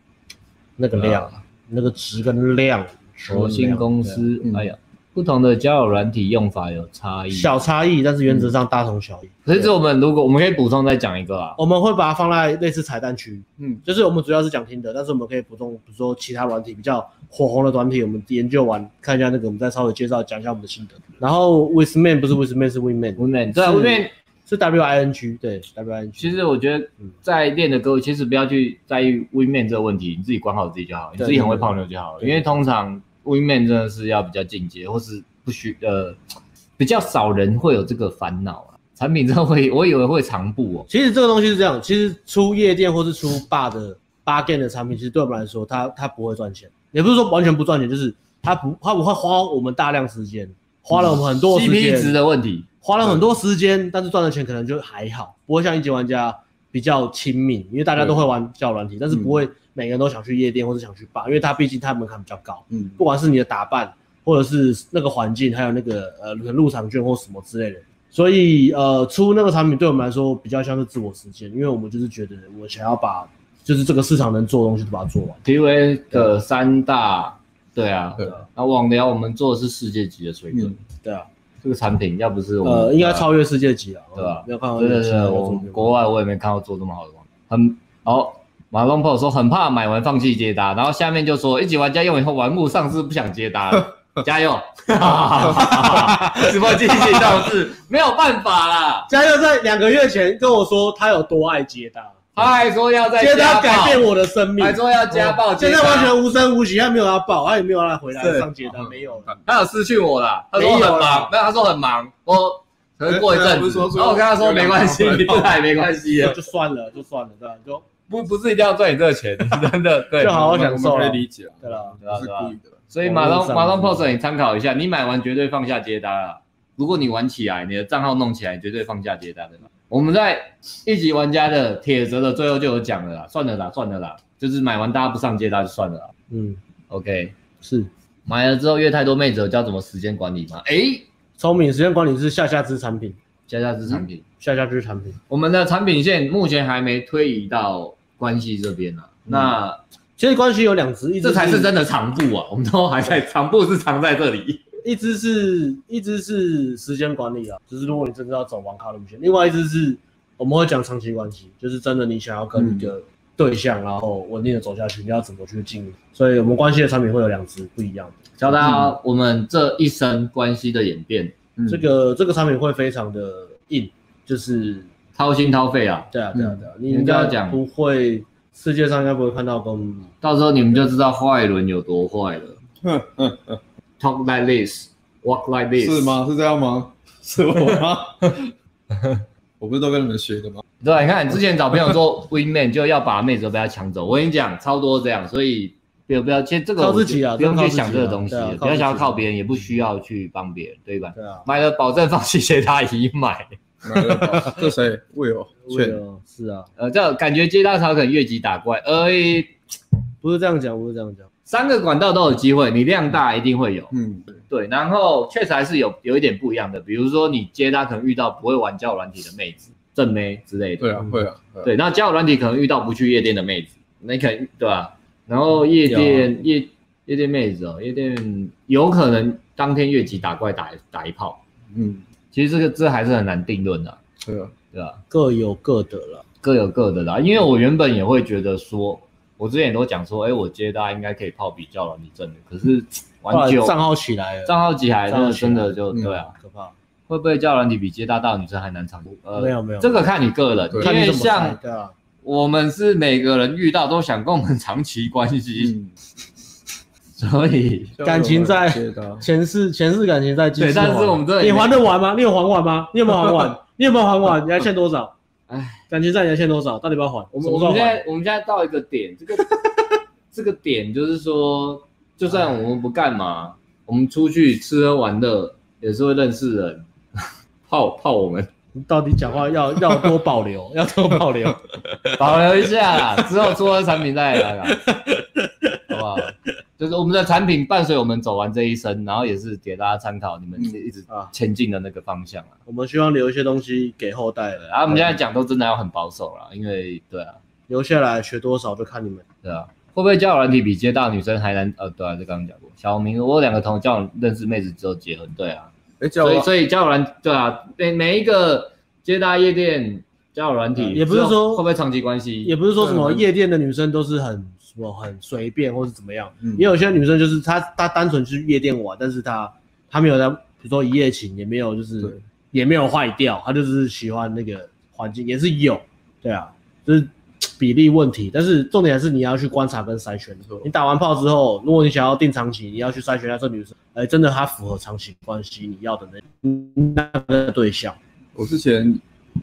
B: 那个量、啊那个值跟量。值跟
C: 佛嗯心
B: 量
C: 公
B: 对啊
C: 司，
A: 嗯
C: 哎呀，不同的交友软体用法有差异。
B: 小差异，但是啊原则上大同小异。
C: 可是我们如果我们可以补充再讲一个啊，
B: 我们会把它放在类似彩蛋区，
A: 嗯，
B: 就是我们主要是讲听的，但是我们可以补充，比如说其他软体比较火红的软体，我们研究完看一下那个，我们再稍微介绍讲一下我们的心得。然后 Wisman 不是 Wisman 是 Winman，
C: women 对啊
B: 是
C: women，
B: 是 W I N G 对 W I N G。
C: 其实我觉得
B: 嗯
C: 在练的各位，其实不要去在意 women 这个问题，你自己管好自己就好，你
B: 对
C: 自己很会泡妞就好了。
B: 对
C: 因为通常 women 真的是要比较进阶，或是不需呃比较少人会有这个烦恼啊。产品真的会，我以为会长布哦，
B: 其实这个东西是这样，其实出夜店或是出 bar 的 bar game 的产品，其实对我们来说，它它不会赚钱，也不是说完全不赚钱，就是它不它不会花我们大量时间，花了我们很多时
C: CP 值
B: 间，
C: 的问题。
B: 花了很多时间，但是赚的钱可能就还好，不会像一级玩家比较亲密，因为大家都会玩交友软体，但是不会每个人都想去夜店或者想去 bar，因为它毕竟它门槛比较高。
A: 嗯
B: 不管是你的打扮，或者是那个环境，还有那个呃入场券或什么之类的。所以呃，出那个产品对我们来说比较像是自我实现，因为我们就是觉得我想要把就是这个市场能做的东西都把它做完。
C: PUA 的三大，对啊，
A: 对
C: 那网聊我们做的是世界级的水准，
A: 嗯
B: 对啊，
C: 这个产品要不是我们，
B: 呃，应该超越世界级了。
C: 啊对啊
B: 嗯要看到
C: 真的是我国外我也没看到做这么好的网站，很好。马龙朋友说很怕买完放弃接单，然后下面就说一级玩家用以后玩物丧失，不想接单了，加油！直播间接到是没有办法啦。
B: 嘉佑在两个月前跟我说他有多爱接单，
C: 他还说要再
B: 接
C: 家
B: 单改
C: 暴
B: 变，我的生命哦
C: 还。说要家暴，
B: 现在
C: 接单
B: 完全无声无息，他没有要报，他也没有要回来
A: 对
B: 上接单，没有了。
C: 他有私讯我啦，他说
B: 没有啦
C: 很忙，没有，他说很忙，我可能过一阵
A: 哎哎不是
C: 子
A: 说，说
C: 然后我跟他说
A: 有
C: 没
A: 两
C: 关系，
A: 个
C: 你
A: 人
C: 不来没关系的，
B: 就算了，就算了，对吧、啊就
C: 不不是一定要赚你这个钱， <laughs> 真的对
B: 就。好好享受
A: 我们
B: 了
A: 可以。理解啊，
B: 对了，
C: 对啊
A: 不是
C: 对啊
A: 故意的啦。
C: 所以马
B: 网络
C: 龙
B: 上
C: 马龙 pose 你参考一下，你买完绝对放下接单啊。如果你玩起来，你的账号弄起来，你绝对放下接单的啦。我们在一级玩家的铁则的最后就有讲了啦，算了啦，算了啦，就是买完大家不上接单就算了啦。
B: 嗯，
C: OK，
B: 是
C: 买了之后约太多妹子，有教怎么时间管理吗？诶，
B: 聪明时间管理是下下支产品，
C: 加加之产品，
B: 下下支产品。
C: 我们的产品线目前还没推移到关系这边呢、啊
B: 嗯
C: 那
B: 其实关系有两只，一只
C: 这才是真的长布
B: 嗯
C: 啊，我们都还在长布是藏在这里。
B: 一只是一只是时间管理啊，就是如果你真的要走网咖路线，另外一只是我们会讲长期关系，就是真的你想要跟一
C: 嗯
B: 个对象，然后稳定的走下去，你要怎么去经营。所以我们关系的产品会有两只不一样的。
C: 教大
B: 嗯
C: 家我们这一生关系的演变，
A: 嗯
B: 这个这个产品会非常的硬，就是
C: 掏心掏肺啊，
B: 对啊对啊对啊，你
C: 你
B: 应
C: 不要
B: 该
C: 讲
B: 不会，世界上应该不会看到跟我们
C: 到时候你们就知道坏人有多坏了。Talk like this, walk like this，
A: 是？吗？是这样
C: <laughs>
A: 吗？是我吗？ <laughs> 我不是都跟你们学的吗？
C: 对，啊你看你之前找朋友 <laughs> 做 win man 就要把妹子都被他抢走，我跟你讲，超多这样，所以不要不要，其实这个
B: 靠
C: 我
B: 自己啊
C: 不用
B: 真的靠自
C: 去
B: 己啊
C: 想这个东西
B: 对啊，
C: 不要想要
B: 靠
C: 靠
B: 自己
C: 别人，也不需要去帮别人，对吧？
B: 对啊，
C: 买了保证放弃给他已买， <laughs>
A: 哪个宝这 <laughs> 谁？魏友
B: 为
A: 劝
B: 了是啊，
C: 呃，这感觉接大潮可能越级打怪，呃，
B: 不是这样讲，不是这样讲。
C: 三个管道都有机会，你量大一定会有。
A: 嗯，对
C: 对，然后确实还是有有一点不一样的，比如说你接单可能遇到不会玩交友软体的妹子、正妹之类的，
A: 对啊，会啊，会啊
C: 对，那交友软体可能遇到不去夜店的妹子，那可能对吧、然后夜
B: 嗯啊
C: 店、夜夜店妹子哦，夜店有可能当天越级打怪打打一炮，
A: 嗯，
C: 其实这个这还是很难定论的、
A: 对啊，
C: 对吧、
B: 各有各的了。
C: 各有各的啦，因为我原本也会觉得说，我之前也都讲说，哎，我接单应该可以泡比交友软体正的，可是
B: 后
C: 玩
B: 来
C: 久
B: 账号起来了，
C: 账号几还真
B: 账
C: 的
B: 号起来
C: 真的就
A: 嗯
C: 对啊。
B: 可怕。
C: 会不会叫软体比接大到女生还难长？呃
B: 没有没有
C: 这个看你个人，
A: 对
C: 因
B: 看你
C: 为
B: 怎么看
C: 像
B: 对啊，
C: 我们是每个人遇到都想跟我们长期关系，
A: 嗯
C: 所以
B: 感情在
A: 接搭
B: 前世前世感情在今世
C: 对但是
B: 还
C: 我们真的也
B: 你
C: 没
B: 还得完吗？你有还完吗？你有没有还
C: <laughs>
B: 完？你有没有还完？你还欠多少？
C: 唉，
B: 感情债你还欠多少？到底要不要还？
C: 我
B: 什么
C: 们我
B: 时候
C: 们现
B: 还？
C: 在我们现在到一个
B: <laughs>
C: 点，这个这个点就是说，就算我们不干
B: 哎
C: 嘛， <laughs> 我们出去吃喝玩乐也是会认识人，泡泡我们，
B: 你到底讲话要 <laughs> 要多保留，要多保留。
C: 保留一下啦，之后出了产品再来啦， <laughs> 好不好？就是我们的产品伴随我们走完这一生，然后也是给大家参考你们一直
B: 啊
C: 前进的那个方向啊。
B: 我们希望留一些东西给后代
C: 对
B: 了，
C: 啊，我们现在讲都真的要很保守啦，因为对啊，
B: 留下来学多少就看你们。
C: 对啊，会不会交友软体比接大女生还难？呃，对啊，这刚刚讲过。小明，我有两个同学交友认识妹子之后结婚，对啊，
A: 哎，叫
C: 所以
A: 我
C: 所以交友软对啊，每每一个接大夜店交友软体，
B: 也不是说
C: 之后会不会长期关系？
B: 也不是说什么
A: 对
B: 夜店的女生都是很什么很随便或是怎么样，
A: 嗯
B: 也有些女生就是她她单纯去夜店玩，但是她她没有在比如说一夜情，也没有就
A: 对
B: 是也没有坏掉，她就是喜欢那个环境也是有，对啊，就是比例问题，但是重点还是你要去观察跟筛选
A: 没错。
B: 你打完炮之后，如果你想要定长期，你要去筛选一下这女生，哎、真的她符合长期关系你要的那那个对象。
A: 我之前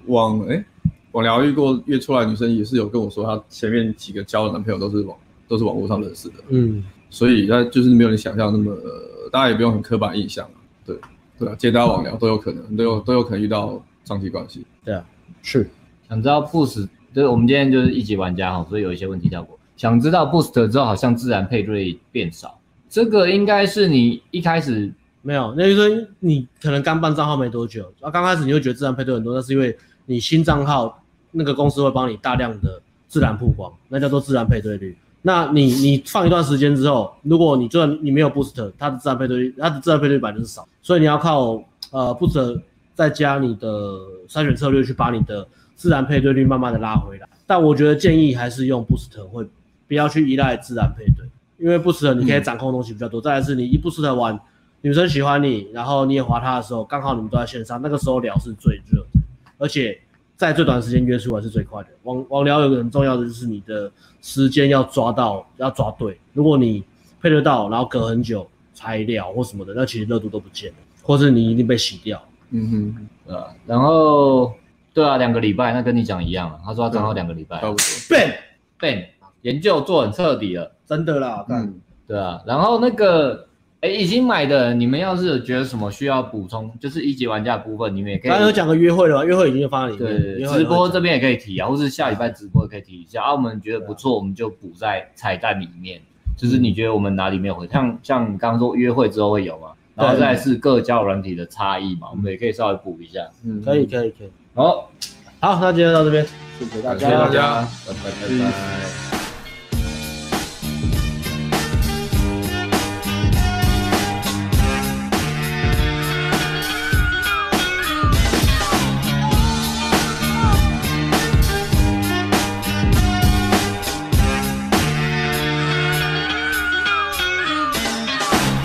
A: 网哎网聊遇过约出来的女生也是有跟我说，她前面几个交的男朋友都是网都是网络上认识的，
B: 嗯，
A: 所以她就是没有你想象那么，呃大家也不用很刻板印象啊对对啊，接搭网聊都有可能，都有都有可能遇到长期关系。
B: 对啊，是。
C: 想知道 Boost，就是我们今天就是一级玩家哈，所以有一些问题跳过。想知道 Boost 之后，好像自然配对变少，这个应该是你一开始
B: 没有，那就是说你可能刚办账号没多久，啊，刚开始你会觉得自然配对很多，那是因为你新账号那个公司会帮你大量的自然曝光，那叫做自然配对率。那你你放一段时间之后，如果你就算你没有 boost，它的自然配对率，它的自然配对率本来就是少，所以你要靠呃 boost 再加你的筛选策略去把你的自然配对率慢慢的拉回来。但我觉得建议还是用 boost 会，不要去依赖自然配对，因为 boost 你可以掌控的东西比较多。再来是你一 boost 完，女生喜欢你，然后你也滑她的时候，刚好你们都在线上，那个时候聊是最热的，而且在最短时间约出来是最快的。网网聊有个很重要的就是你的时间要抓到，要抓对。如果你配得到，然后隔很久才聊或什么的，那其实热度都不见了，或是你一定被洗掉。
A: 嗯哼，
C: 对吧？呃然后对啊，两个礼拜，那跟你讲一样啊。他说他账号两个礼拜
A: 差
B: 嗯
A: 不多。
B: 变
C: ban 研究做很彻底了，
B: 真的啦，干
A: 嗯，
C: 对啊。然后那个哎，已经买的人，你们要是有觉得什么需要补充，就是一级玩家的部分，你们也可
B: 刚刚有
C: 以。
B: 讲个约会了吧？约会已经放在里面，
C: 对，
B: 约会
C: 直播这
B: 边
C: 边也可以提啊，或是下礼拜直播也可以提一下啊。我们觉得不错，我们就补在彩蛋里面。就是你觉得我们哪里没有回？像像你刚刚说约会之后会有嘛，然后
B: 对
C: 再来是各交友软体的差异嘛，我们也可以稍微补一下。
A: 嗯
B: 可以，可以可以。
C: 好，
B: 好，那今天到这边，谢谢大
A: 谢谢
B: 家
A: 大。家
C: 拜拜拜拜。